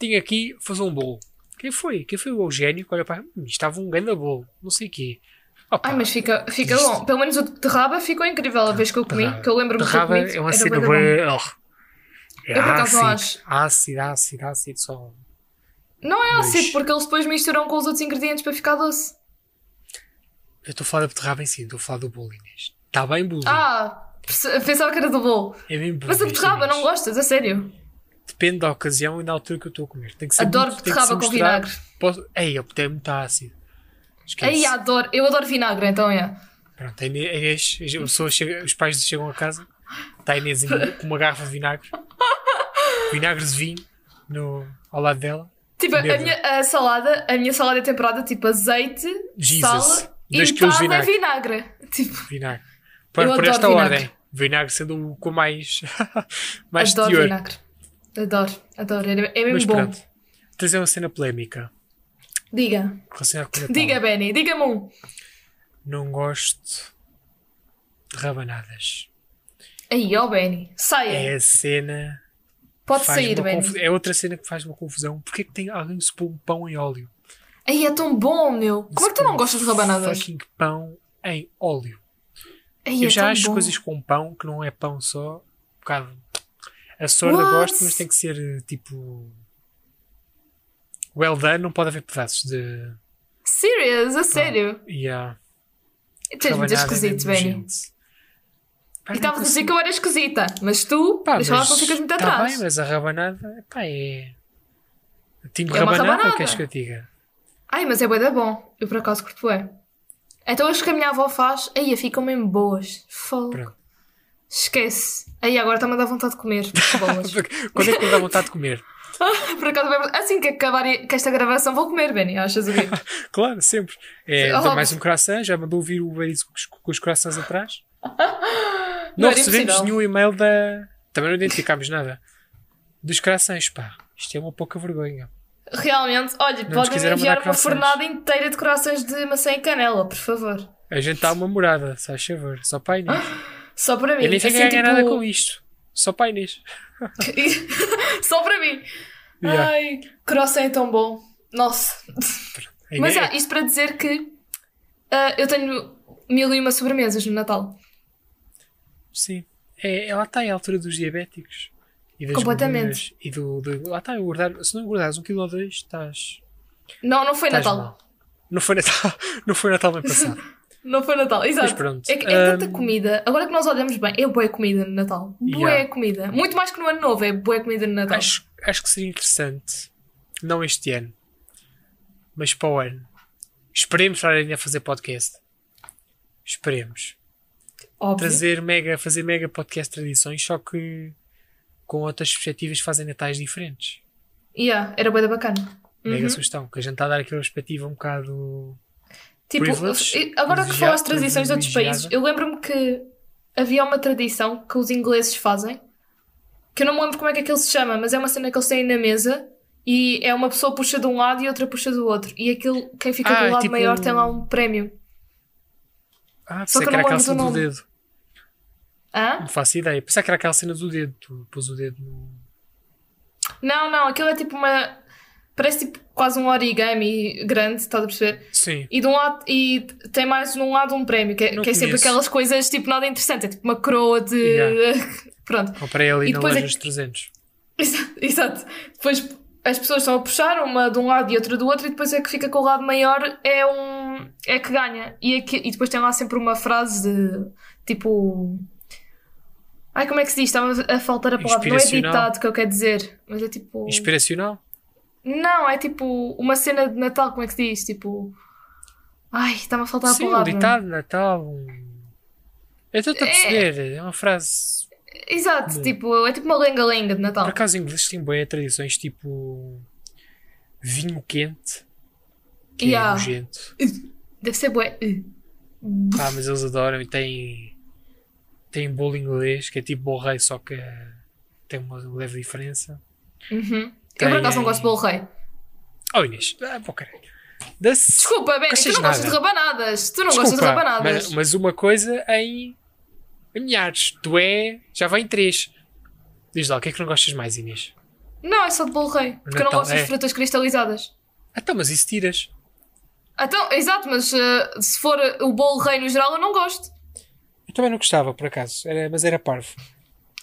[SPEAKER 3] tenho aqui fazer um bolo. Quem foi? Quem foi o gênio que olhou para. Hum, estava um grande bolo, não sei o quê. Opa,
[SPEAKER 2] Ai, mas fica, fica
[SPEAKER 3] Isto-
[SPEAKER 2] bom. Pelo menos o de beterraba ficou incrível a vez que eu comi,
[SPEAKER 3] beterraba.
[SPEAKER 2] que eu lembro-me de ter
[SPEAKER 3] Terraba
[SPEAKER 2] comido.
[SPEAKER 3] é uma
[SPEAKER 2] era
[SPEAKER 3] cena
[SPEAKER 2] bué da bom.
[SPEAKER 3] boa. É
[SPEAKER 2] Eu por acaso não
[SPEAKER 3] ácido, ácido, ácido, ácido, só. um.
[SPEAKER 2] Não é
[SPEAKER 3] Mas-
[SPEAKER 2] ácido, porque eles depois misturam com os outros ingredientes para ficar doce.
[SPEAKER 3] Eu estou a falar da beterraba em si, não estou a falar do bolo, Inês. Está bem bolo.
[SPEAKER 2] Ah, perce- pensava que era do bolo.
[SPEAKER 3] é bem bolo.
[SPEAKER 2] Mas a
[SPEAKER 3] Inês,
[SPEAKER 2] beterraba
[SPEAKER 3] Inês.
[SPEAKER 2] não gostas, a sério.
[SPEAKER 3] Depende da ocasião e da altura que eu estou a comer. Tem que ser
[SPEAKER 2] Adoro
[SPEAKER 3] muito- tem que
[SPEAKER 2] beterraba
[SPEAKER 3] se
[SPEAKER 2] com
[SPEAKER 3] misturar.
[SPEAKER 2] vinagre. ah.
[SPEAKER 3] Posso... Ei, eu botei muito ácido. Esquece.
[SPEAKER 2] Aí adoro, eu adoro vinagre, então é.
[SPEAKER 3] Pronto, a Inês, a Inês- a pessoa chega- os pais chegam a casa, está a Inês em- com uma garrafa de vinagre, vinagre de vinho no, ao lado dela.
[SPEAKER 2] Tipo, a,
[SPEAKER 3] Beleza.
[SPEAKER 2] minha a salada, a minha salada é temperada tipo azeite,
[SPEAKER 3] Jesus.
[SPEAKER 2] sal e
[SPEAKER 3] Dois quilos de
[SPEAKER 2] metade é vinagre. Tipo,
[SPEAKER 3] Vinagre. Por, por
[SPEAKER 2] adoro
[SPEAKER 3] esta
[SPEAKER 2] vinagre.
[SPEAKER 3] ordem, vinagre sendo o com mais, mais
[SPEAKER 2] adoro
[SPEAKER 3] teor.
[SPEAKER 2] vinagre. Adoro, adoro. É, é mesmo
[SPEAKER 3] Mas
[SPEAKER 2] bom.
[SPEAKER 3] pronto, trazer uma cena polémica
[SPEAKER 2] Diga.
[SPEAKER 3] relacionada com o Natal.
[SPEAKER 2] Diga, Benny, diga-me um.
[SPEAKER 3] Não gosto de rabanadas.
[SPEAKER 2] Aí, ó, Benny. Saia.
[SPEAKER 3] É a cena
[SPEAKER 2] Pode
[SPEAKER 3] faz
[SPEAKER 2] sair,
[SPEAKER 3] uma
[SPEAKER 2] Benny.
[SPEAKER 3] confu- É outra cena que faz uma confusão. Porquê que tem alguém que se põe um pão em óleo?
[SPEAKER 2] Aí é tão bom, meu. Como é que tu não
[SPEAKER 3] Se
[SPEAKER 2] gostas de
[SPEAKER 3] põe
[SPEAKER 2] rabanadas?
[SPEAKER 3] Fucking pão em óleo.
[SPEAKER 2] Aí é
[SPEAKER 3] eu já
[SPEAKER 2] tão
[SPEAKER 3] acho
[SPEAKER 2] bom.
[SPEAKER 3] coisas com pão que não é pão só. Um bocado. A sorda
[SPEAKER 2] What?
[SPEAKER 3] gosto, mas tem que ser eh, tipo. Well done, não pode haver pedaços de.
[SPEAKER 2] Serious, a sério.
[SPEAKER 3] Yeah.
[SPEAKER 2] Tu és muito
[SPEAKER 3] rabanada é
[SPEAKER 2] esquisito,
[SPEAKER 3] mesmo
[SPEAKER 2] Benny.
[SPEAKER 3] gente.
[SPEAKER 2] E
[SPEAKER 3] Pá, não
[SPEAKER 2] estavas a dizer
[SPEAKER 3] consigo.
[SPEAKER 2] que eu era esquisita, mas tu,
[SPEAKER 3] Pá,
[SPEAKER 2] deixa lá
[SPEAKER 3] mas
[SPEAKER 2] que não ficas muito
[SPEAKER 3] tá
[SPEAKER 2] atrás.
[SPEAKER 3] bem, mas a rabanada, pá, é. Tipo
[SPEAKER 2] É uma
[SPEAKER 3] rabanada,
[SPEAKER 2] rabanada.
[SPEAKER 3] queres que eu diga?
[SPEAKER 2] Ai, mas é bué da bom. Eu por acaso curto bué. Então as que a minha avó faz, aí ficam mesmo boas. Fogo.
[SPEAKER 3] Pronto.
[SPEAKER 2] Esquece. Aí agora está-me a dar vontade de comer bolas.
[SPEAKER 3] Quando é que me dá vontade de comer?
[SPEAKER 2] por acaso, bem- assim que acabar e- que esta gravação, vou comer, Benny. Achas o quê?
[SPEAKER 3] Claro, sempre. É,
[SPEAKER 2] Sim,
[SPEAKER 3] dá
[SPEAKER 2] oh.
[SPEAKER 3] mais um croissant, já mandou vir o Uber Eats com os, com os croissants atrás.
[SPEAKER 2] Não
[SPEAKER 3] Não,
[SPEAKER 2] era
[SPEAKER 3] recebemos
[SPEAKER 2] impossível.
[SPEAKER 3] nenhum e-mail da. Também não identificámos nada. Dos croissants, pá. Isto é uma pouca vergonha.
[SPEAKER 2] Realmente, olha,
[SPEAKER 3] nos
[SPEAKER 2] podem
[SPEAKER 3] quiseram
[SPEAKER 2] enviar
[SPEAKER 3] mandar
[SPEAKER 2] uma
[SPEAKER 3] croissants.
[SPEAKER 2] fornada inteira de corações de maçã e canela, por favor.
[SPEAKER 3] A gente está uma morada, se faz favor. Só para a Inês.
[SPEAKER 2] Só para mim.
[SPEAKER 3] Eu nem sei
[SPEAKER 2] Ah, Assim,
[SPEAKER 3] ganhar
[SPEAKER 2] tipo,
[SPEAKER 3] nada com isto. Só para a Inês.
[SPEAKER 2] Só para mim.
[SPEAKER 3] Yeah.
[SPEAKER 2] Ai, croissant é tão bom. Nossa.
[SPEAKER 3] A
[SPEAKER 2] Mas
[SPEAKER 3] Inês- é
[SPEAKER 2] ah, isto para dizer que ah, eu tenho mil e uma sobremesas no Natal.
[SPEAKER 3] Sim. É, é- lá está, é a altura dos diabéticos. E das
[SPEAKER 2] Completamente.
[SPEAKER 3] gorduras E do, do- lá está, engordar. Se não engordares um quilo ou dois, estás.
[SPEAKER 2] Não, não foi
[SPEAKER 3] estás
[SPEAKER 2] É Natal.
[SPEAKER 3] mal. Não foi Natal. Não foi Natal bem passado.
[SPEAKER 2] Não foi Natal, exato.
[SPEAKER 3] Pois pronto.
[SPEAKER 2] É, que- é tanta
[SPEAKER 3] Ahm.
[SPEAKER 2] comida. Agora que nós olhamos bem, é boa comida no Natal. Boa
[SPEAKER 3] Yeah.
[SPEAKER 2] comida. Muito mais que no ano novo, é boa comida no Natal.
[SPEAKER 3] Acho, acho que seria interessante, não este ano, mas para o ano. Esperemos para ainda fazer podcast. Esperemos.
[SPEAKER 2] Óbvio.
[SPEAKER 3] Trazer mega, fazer mega podcast tradições, só que com outras perspectivas fazem natais diferentes.
[SPEAKER 2] Yeah, era boa bacana.
[SPEAKER 3] Mega sugestão, que a gente está a dar aquela perspectiva um bocado.
[SPEAKER 2] Tipo,
[SPEAKER 3] Privilege,
[SPEAKER 2] agora que
[SPEAKER 3] privilegiado,
[SPEAKER 2] falaste tradições de outros países,
[SPEAKER 3] privilegiada.
[SPEAKER 2] eu lembro-me que havia uma tradição que os ingleses fazem, que eu não me lembro como é que aquilo se chama, mas é uma cena que eles têm na mesa e é uma pessoa puxa de um lado e outra puxa do outro. E aquilo, quem fica
[SPEAKER 3] Ah,
[SPEAKER 2] do
[SPEAKER 3] é
[SPEAKER 2] lado
[SPEAKER 3] tipo
[SPEAKER 2] maior
[SPEAKER 3] um-
[SPEAKER 2] tem lá um prémio.
[SPEAKER 3] Ah,
[SPEAKER 2] Só que
[SPEAKER 3] pensei que,
[SPEAKER 2] eu
[SPEAKER 3] era
[SPEAKER 2] não
[SPEAKER 3] aquela
[SPEAKER 2] lembro
[SPEAKER 3] cena
[SPEAKER 2] do
[SPEAKER 3] do
[SPEAKER 2] nome.
[SPEAKER 3] dedo.
[SPEAKER 2] Hã?
[SPEAKER 3] Não faço ideia. Pensei que era aquela cena do dedo. Tu pôs o dedo no.
[SPEAKER 2] Não, não, aquilo é tipo uma. Parece tipo quase um origami grande, estás a perceber?
[SPEAKER 3] Sim.
[SPEAKER 2] E, de um lado, e tem mais num lado um prémio, que, é-
[SPEAKER 3] Não
[SPEAKER 2] que é sempre
[SPEAKER 3] conheço.
[SPEAKER 2] aquelas coisas tipo nada interessante, é tipo uma coroa de.
[SPEAKER 3] Yeah.
[SPEAKER 2] Pronto.
[SPEAKER 3] Comprei ali
[SPEAKER 2] E
[SPEAKER 3] na
[SPEAKER 2] depois
[SPEAKER 3] loja
[SPEAKER 2] é
[SPEAKER 3] dos
[SPEAKER 2] que-
[SPEAKER 3] 300.
[SPEAKER 2] Exato, exato. Depois as pessoas estão a puxar uma de um lado e outra do outro, e depois é que fica com o lado maior, é um é que ganha. E, é que- e depois tem lá sempre uma frase de tipo. Ai, como é que se diz? Estava a faltar a palavra. Não é
[SPEAKER 3] Inspiracional.
[SPEAKER 2] ditado que eu quero dizer, mas é tipo.
[SPEAKER 3] Inspiracional?
[SPEAKER 2] Não, é tipo uma cena de Natal, como é que se diz? Tipo. Ai, está-me a faltar a
[SPEAKER 3] Sim, um
[SPEAKER 2] palavra.
[SPEAKER 3] ditado de Natal. Um... Eu estou a perceber, é uma frase.
[SPEAKER 2] Exato,
[SPEAKER 3] Bom.
[SPEAKER 2] tipo, é tipo uma lenga-lenga de Natal.
[SPEAKER 3] Por acaso, ingleses têm boas tradições tipo. vinho quente. Que
[SPEAKER 2] Yeah.
[SPEAKER 3] é nojento.
[SPEAKER 2] Deve ser bué.
[SPEAKER 3] Ah, mas eles adoram e têm. têm bolo inglês, que é tipo bolo rei, só que eh, tem uma leve diferença.
[SPEAKER 2] Uhum. Eu por
[SPEAKER 3] Tem-
[SPEAKER 2] acaso não gosto de bolo rei.
[SPEAKER 3] Oh, Inês, ah, pô, caralho. Das...
[SPEAKER 2] Desculpa, Benny, tu
[SPEAKER 3] Gostas
[SPEAKER 2] não
[SPEAKER 3] de
[SPEAKER 2] gostas de
[SPEAKER 3] nada.
[SPEAKER 2] rabanadas. Tu não gostas de
[SPEAKER 3] Desculpa,
[SPEAKER 2] rabanadas.
[SPEAKER 3] mas, mas uma coisa em. em milhares. Tu é. já vai em três. Diz lá, o que é que não gostas mais, Inês?
[SPEAKER 2] Não, é só de bolo rei. Porque eu não
[SPEAKER 3] Natal,
[SPEAKER 2] gosto de
[SPEAKER 3] é.
[SPEAKER 2] frutas cristalizadas.
[SPEAKER 3] Ah, então, mas isso tiras.
[SPEAKER 2] Então, exato, mas eh, se for eh, o bolo rei no geral, eu não gosto.
[SPEAKER 3] Eu também não gostava, por acaso, era, mas era parvo.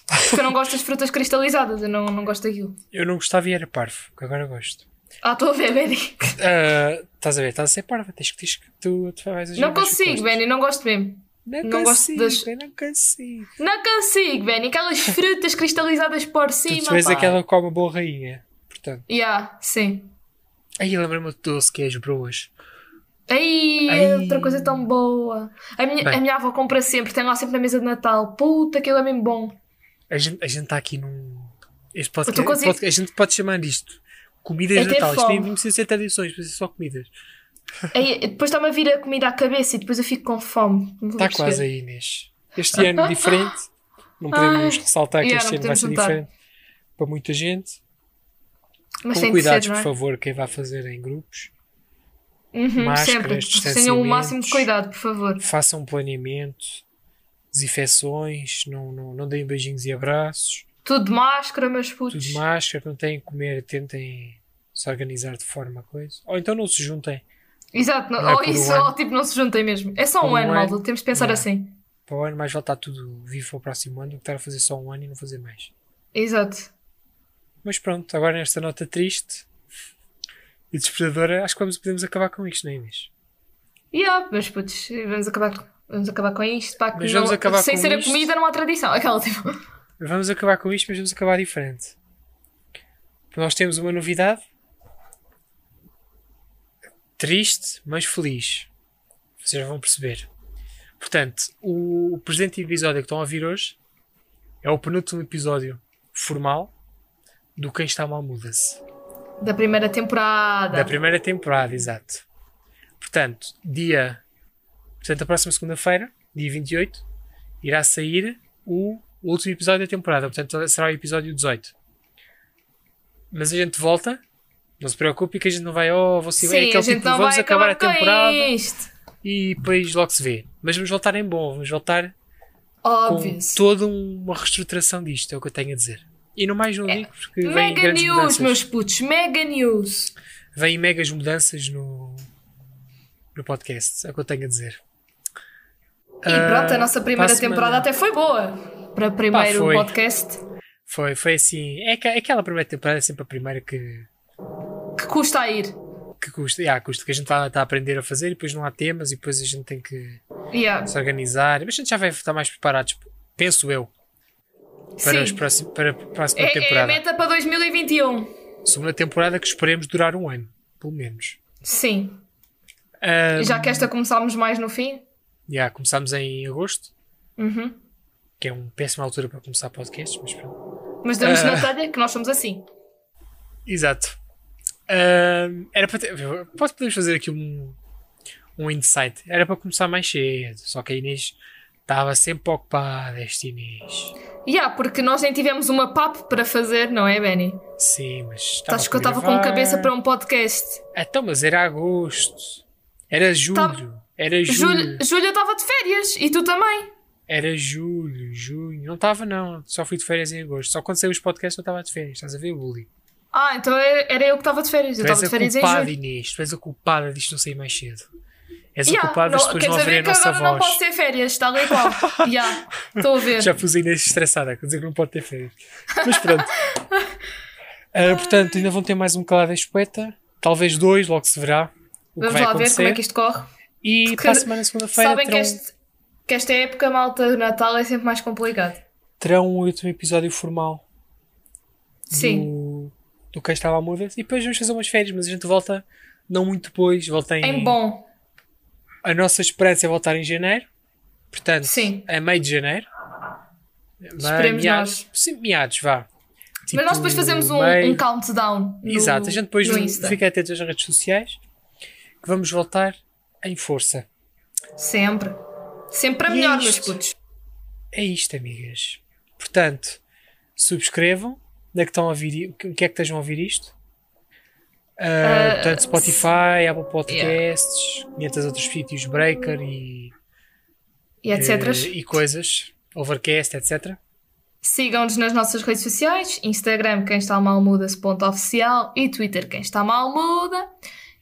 [SPEAKER 2] Porque eu não gosto das frutas cristalizadas. Eu não, não gosto daquilo.
[SPEAKER 3] Eu não gostava e era parvo, que agora gosto.
[SPEAKER 2] Ah, estou a ver, Benny.
[SPEAKER 3] Ah, estás a ver, estás a ser parva, tens que tens que tu, tu vais agir
[SPEAKER 2] Não
[SPEAKER 3] mais
[SPEAKER 2] consigo,
[SPEAKER 3] com
[SPEAKER 2] Benny, não gosto mesmo.
[SPEAKER 3] Não,
[SPEAKER 2] Não gosto
[SPEAKER 3] consigo,
[SPEAKER 2] das-
[SPEAKER 3] eu não consigo.
[SPEAKER 2] Não consigo, Benny. Aquelas frutas cristalizadas por
[SPEAKER 3] tu
[SPEAKER 2] cima.
[SPEAKER 3] tu és
[SPEAKER 2] pá.
[SPEAKER 3] aquela que come a boa rainha, portanto.
[SPEAKER 2] Yeah, sim.
[SPEAKER 3] Aí lembra-me do doce que é as broas.
[SPEAKER 2] Ai,
[SPEAKER 3] Ai.
[SPEAKER 2] outra coisa tão boa. A minha,
[SPEAKER 3] Bem.
[SPEAKER 2] a minha avó compra sempre, tem lá sempre na mesa de Natal. Puta, aquilo é mesmo bom.
[SPEAKER 3] A gente a gente está aqui num. Este
[SPEAKER 2] Eu tô
[SPEAKER 3] podcast, é,
[SPEAKER 2] consigo-
[SPEAKER 3] podcast- a gente pode chamar disto comidas
[SPEAKER 2] É
[SPEAKER 3] de
[SPEAKER 2] ter
[SPEAKER 3] Natal. Isto nem
[SPEAKER 2] fome.
[SPEAKER 3] precisa ser tradições, precisa ser só comidas.
[SPEAKER 2] Aí, depois está-me a vir a comida à cabeça e depois eu fico com fome. Não vou
[SPEAKER 3] Está
[SPEAKER 2] perceber.
[SPEAKER 3] Tá quase aí, Inês. Este ano diferente. Não podemos ressaltar que
[SPEAKER 2] yeah,
[SPEAKER 3] este
[SPEAKER 2] não
[SPEAKER 3] ano vai
[SPEAKER 2] podemos
[SPEAKER 3] ser
[SPEAKER 2] juntar.
[SPEAKER 3] diferente para muita gente.
[SPEAKER 2] Mas
[SPEAKER 3] com
[SPEAKER 2] tem
[SPEAKER 3] cuidados,
[SPEAKER 2] que ser,
[SPEAKER 3] por
[SPEAKER 2] não é?
[SPEAKER 3] favor, quem vai fazer em grupos.
[SPEAKER 2] Uhum,
[SPEAKER 3] Máscaras,
[SPEAKER 2] sempre. Tenham o máximo de
[SPEAKER 3] distanciamentos.
[SPEAKER 2] cuidado, por favor.
[SPEAKER 3] Façam um planeamento, desinfecções, não, não, não deem beijinhos e abraços,
[SPEAKER 2] Tudo de máscara, meus putos.
[SPEAKER 3] tudo de máscara, não têm que comer, tentem se organizar de forma coisa. Ou então não se juntem
[SPEAKER 2] Exato. Não,
[SPEAKER 3] Não é
[SPEAKER 2] ou
[SPEAKER 3] por um
[SPEAKER 2] isso,
[SPEAKER 3] ano.
[SPEAKER 2] ou tipo, não se juntem mesmo. É só
[SPEAKER 3] Por
[SPEAKER 2] um
[SPEAKER 3] um
[SPEAKER 2] ano,
[SPEAKER 3] ano.
[SPEAKER 2] malta. Temos de pensar
[SPEAKER 3] Yeah.
[SPEAKER 2] assim.
[SPEAKER 3] para o ano, mais vale estar tudo vivo para o próximo ano do que estar a fazer só um ano e não fazer mais.
[SPEAKER 2] Exato.
[SPEAKER 3] Mas pronto, agora nesta nota triste e desesperadora, acho que vamos, podemos acabar com isto, não é, Inês?
[SPEAKER 2] Yeah, ah, mas putz, vamos acabar, vamos acabar com isto. Pá, que
[SPEAKER 3] Mas
[SPEAKER 2] não-
[SPEAKER 3] vamos acabar
[SPEAKER 2] sem
[SPEAKER 3] com
[SPEAKER 2] ser
[SPEAKER 3] isto?
[SPEAKER 2] a comida não há tradição. Aquela tipo.
[SPEAKER 3] Vamos acabar com isto, mas vamos acabar diferente. Nós temos uma novidade triste, mas feliz. Vocês vão perceber. Portanto, o presente episódio que estão a ouvir hoje é o penúltimo episódio formal do Quem Está Mal Muda-se.
[SPEAKER 2] Da primeira temporada.
[SPEAKER 3] Da primeira temporada, exato. Portanto, dia. Portanto, a próxima segunda-feira, dia 28, irá sair o último episódio da temporada. Portanto, será o episódio 18. Mas a gente volta. Não se preocupe que a gente não vai. Oh, você é
[SPEAKER 2] Sim,
[SPEAKER 3] aquele
[SPEAKER 2] a gente
[SPEAKER 3] tipo,
[SPEAKER 2] não
[SPEAKER 3] vamos
[SPEAKER 2] vai
[SPEAKER 3] acabar a
[SPEAKER 2] com
[SPEAKER 3] temporada
[SPEAKER 2] Isto.
[SPEAKER 3] e depois logo se vê. Mas vamos voltar em bom, vamos voltar
[SPEAKER 2] Óbvio.
[SPEAKER 3] com toda uma reestruturação disto, é o que eu tenho a dizer. E no mais não digo porque vem
[SPEAKER 2] É, Mega
[SPEAKER 3] grandes
[SPEAKER 2] news,
[SPEAKER 3] mudanças.
[SPEAKER 2] meus putos. Mega news.
[SPEAKER 3] vêm megas mudanças no, no podcast, é o que eu tenho a dizer.
[SPEAKER 2] E pronto, a nossa primeira
[SPEAKER 3] Ah, para a semana.
[SPEAKER 2] temporada até foi boa. Para primeiro
[SPEAKER 3] foi.
[SPEAKER 2] podcast.
[SPEAKER 3] Foi, foi assim, é que- aquela primeira temporada é sempre a primeira que,
[SPEAKER 2] Que custa a ir.
[SPEAKER 3] que custa, ah, custa que a gente está a aprender a fazer e depois não há temas e depois a gente tem que
[SPEAKER 2] Yeah.
[SPEAKER 3] se organizar, mas a gente já vai estar mais preparados, penso eu, para,
[SPEAKER 2] Sim.
[SPEAKER 3] os próximos, para a próxima
[SPEAKER 2] É, é a
[SPEAKER 3] temporada.
[SPEAKER 2] meta para 2021.
[SPEAKER 3] Segunda temporada que esperemos durar um ano, pelo menos.
[SPEAKER 2] Sim.
[SPEAKER 3] Ah,
[SPEAKER 2] Já que esta começámos mais no fim.
[SPEAKER 3] já começámos em agosto,
[SPEAKER 2] Uhum.
[SPEAKER 3] que é uma péssima altura para começar podcasts, mas pronto.
[SPEAKER 2] Mas damos
[SPEAKER 3] Ah.
[SPEAKER 2] na telha que nós somos assim.
[SPEAKER 3] Exato. Ahm, era para ter, posso podemos fazer aqui um, um insight. Era para começar mais cedo, só que a Inês estava sempre ocupada, esta Inês.
[SPEAKER 2] Yeah, porque nós nem tivemos uma papo para fazer, não é, Benny?
[SPEAKER 3] Sim, mas estava
[SPEAKER 2] Estás que eu
[SPEAKER 3] para
[SPEAKER 2] estava com
[SPEAKER 3] gravar.
[SPEAKER 2] cabeça para um podcast.
[SPEAKER 3] Então, mas era agosto. Era julho. Era julho.
[SPEAKER 2] Júlio Júlio estava de férias e tu também.
[SPEAKER 3] Era julho, junho. Não estava, não. Só fui de férias em agosto. Só quando saiu os podcasts eu estava de férias. Estás a ver, bullying?
[SPEAKER 2] Ah, então era era eu que estava de férias. Eu
[SPEAKER 3] Tu és
[SPEAKER 2] estava de
[SPEAKER 3] a
[SPEAKER 2] férias em
[SPEAKER 3] culpada,
[SPEAKER 2] julho.
[SPEAKER 3] Inês. Tu és a culpada disto não sair mais cedo. És a
[SPEAKER 2] Yeah,
[SPEAKER 3] culpada das
[SPEAKER 2] não-
[SPEAKER 3] pessoas
[SPEAKER 2] quer
[SPEAKER 3] não
[SPEAKER 2] saber
[SPEAKER 3] ouvirem a
[SPEAKER 2] que
[SPEAKER 3] nossa
[SPEAKER 2] agora
[SPEAKER 3] voz.
[SPEAKER 2] não posso ter férias, tal e qual. Já, estou a ver.
[SPEAKER 3] Já pus a Inês estressada, quer dizer que não pode ter férias. Mas pronto. Ah, portanto, ainda vão ter mais um calado em espeta. Talvez dois, logo se verá o que
[SPEAKER 2] Vamos
[SPEAKER 3] vai
[SPEAKER 2] lá ver
[SPEAKER 3] acontecer.
[SPEAKER 2] como é que isto corre.
[SPEAKER 3] E
[SPEAKER 2] Porque
[SPEAKER 3] para a semana, segunda-feira,
[SPEAKER 2] Sabem que,
[SPEAKER 3] terão,
[SPEAKER 2] este- que esta época, malta, do Natal é sempre mais complicado.
[SPEAKER 3] terão um último episódio formal
[SPEAKER 2] Sim.
[SPEAKER 3] do, do Quem Estava a Muda. E depois vamos fazer umas férias, mas a gente volta não muito depois. Volta em,
[SPEAKER 2] Em é bom.
[SPEAKER 3] A nossa esperança é voltar em janeiro. Portanto,
[SPEAKER 2] Sim.
[SPEAKER 3] a meio de janeiro.
[SPEAKER 2] Esperemos
[SPEAKER 3] meados, Sim, meados, vá.
[SPEAKER 2] Mas nós depois fazemos um,
[SPEAKER 3] meio-
[SPEAKER 2] um countdown. no-
[SPEAKER 3] tipo, Exato, a gente depois
[SPEAKER 2] no Insta.
[SPEAKER 3] fica atento às redes sociais que vamos voltar em força.
[SPEAKER 2] Sempre. Sempre a
[SPEAKER 3] E é
[SPEAKER 2] melhor, meus
[SPEAKER 3] isto.
[SPEAKER 2] putos.
[SPEAKER 3] É isto, amigas. Portanto, subscrevam. Onde é que estão a ouvir? O que o que é que estejam a ouvir isto? Ah, portanto, Spotify, Apple Podcasts, 500 outros sítios, Breaker e,
[SPEAKER 2] E etc.
[SPEAKER 3] eh, e coisas, Overcast, etc.
[SPEAKER 2] Sigam-nos nas nossas redes sociais, Instagram quem está mal muda-se ponto oficial e Twitter quem está mal muda.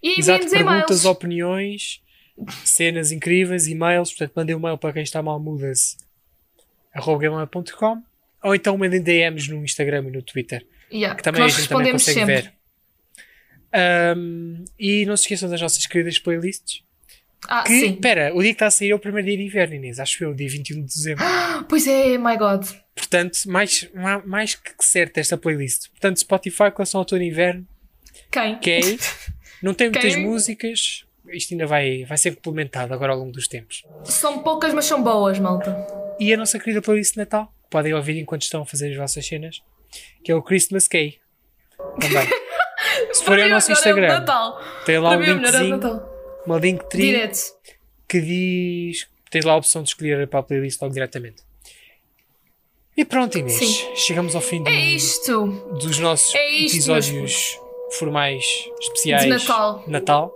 [SPEAKER 2] E
[SPEAKER 3] Exato,
[SPEAKER 2] enviem-nos
[SPEAKER 3] perguntas,
[SPEAKER 2] e-mails.
[SPEAKER 3] opiniões, cenas incríveis, e-mails. Portanto, mandem um e-mail para quem está mal muda-se, arroba gmail.com, ou então mandem DMs no Instagram e no Twitter,
[SPEAKER 2] Yeah,
[SPEAKER 3] que também
[SPEAKER 2] nós
[SPEAKER 3] a gente também
[SPEAKER 2] respondemos
[SPEAKER 3] consegue
[SPEAKER 2] sempre.
[SPEAKER 3] ver. Ahm, e não se esqueçam das nossas queridas playlists.
[SPEAKER 2] Ah,
[SPEAKER 3] Que,
[SPEAKER 2] sim.
[SPEAKER 3] espera, o dia que está a sair é o primeiro dia de inverno, Inês, acho eu, dia 21 de dezembro.
[SPEAKER 2] Pois é, my God.
[SPEAKER 3] Portanto, mais, ma- mais que certa esta playlist. Portanto, Spotify, com relação ao outono e inverno,
[SPEAKER 2] Quem?
[SPEAKER 3] que é aí. Não tem muitas
[SPEAKER 2] Quem-
[SPEAKER 3] músicas. Isto ainda vai, vai ser implementado agora ao longo dos tempos.
[SPEAKER 2] São poucas, mas são boas, malta.
[SPEAKER 3] E a nossa querida playlist de Natal, que podem ouvir enquanto estão a fazer as vossas cenas, que é o Christmas Key. Também. Se forem ao
[SPEAKER 2] Para
[SPEAKER 3] nosso
[SPEAKER 2] mim, agora É o
[SPEAKER 3] Instagram,
[SPEAKER 2] de Natal.
[SPEAKER 3] tem lá
[SPEAKER 2] Para
[SPEAKER 3] um
[SPEAKER 2] mim, o melhor é o de
[SPEAKER 3] linkzinho,
[SPEAKER 2] Natal.
[SPEAKER 3] uma linktree
[SPEAKER 2] Direto.
[SPEAKER 3] que diz. Tens lá a opção de escolher para a playlist logo diretamente. E pronto, Inês.
[SPEAKER 2] Sim.
[SPEAKER 3] Chegamos ao fim do-
[SPEAKER 2] É isto.
[SPEAKER 3] dos nossos
[SPEAKER 2] É isto,
[SPEAKER 3] episódios formais especiais
[SPEAKER 2] De Natal.
[SPEAKER 3] de Natal.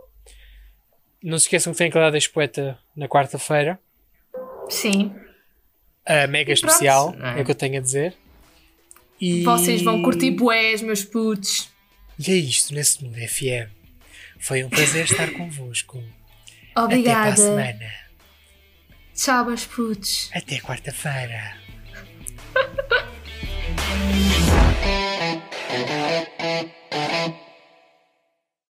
[SPEAKER 3] Não se esqueçam que tem Calada Expoeta na quarta-feira.
[SPEAKER 2] Sim.
[SPEAKER 3] A mega
[SPEAKER 2] E pronto,
[SPEAKER 3] especial,
[SPEAKER 2] não é?
[SPEAKER 3] é o que eu tenho a dizer. E...
[SPEAKER 2] Vocês vão curtir boés, meus putos.
[SPEAKER 3] E é isto nesse mundo FM. Foi um prazer estar convosco. Até para a
[SPEAKER 2] Obrigada.
[SPEAKER 3] semana.
[SPEAKER 2] Tchau, meus putos.
[SPEAKER 3] Até quarta-feira.
[SPEAKER 2] Tchau!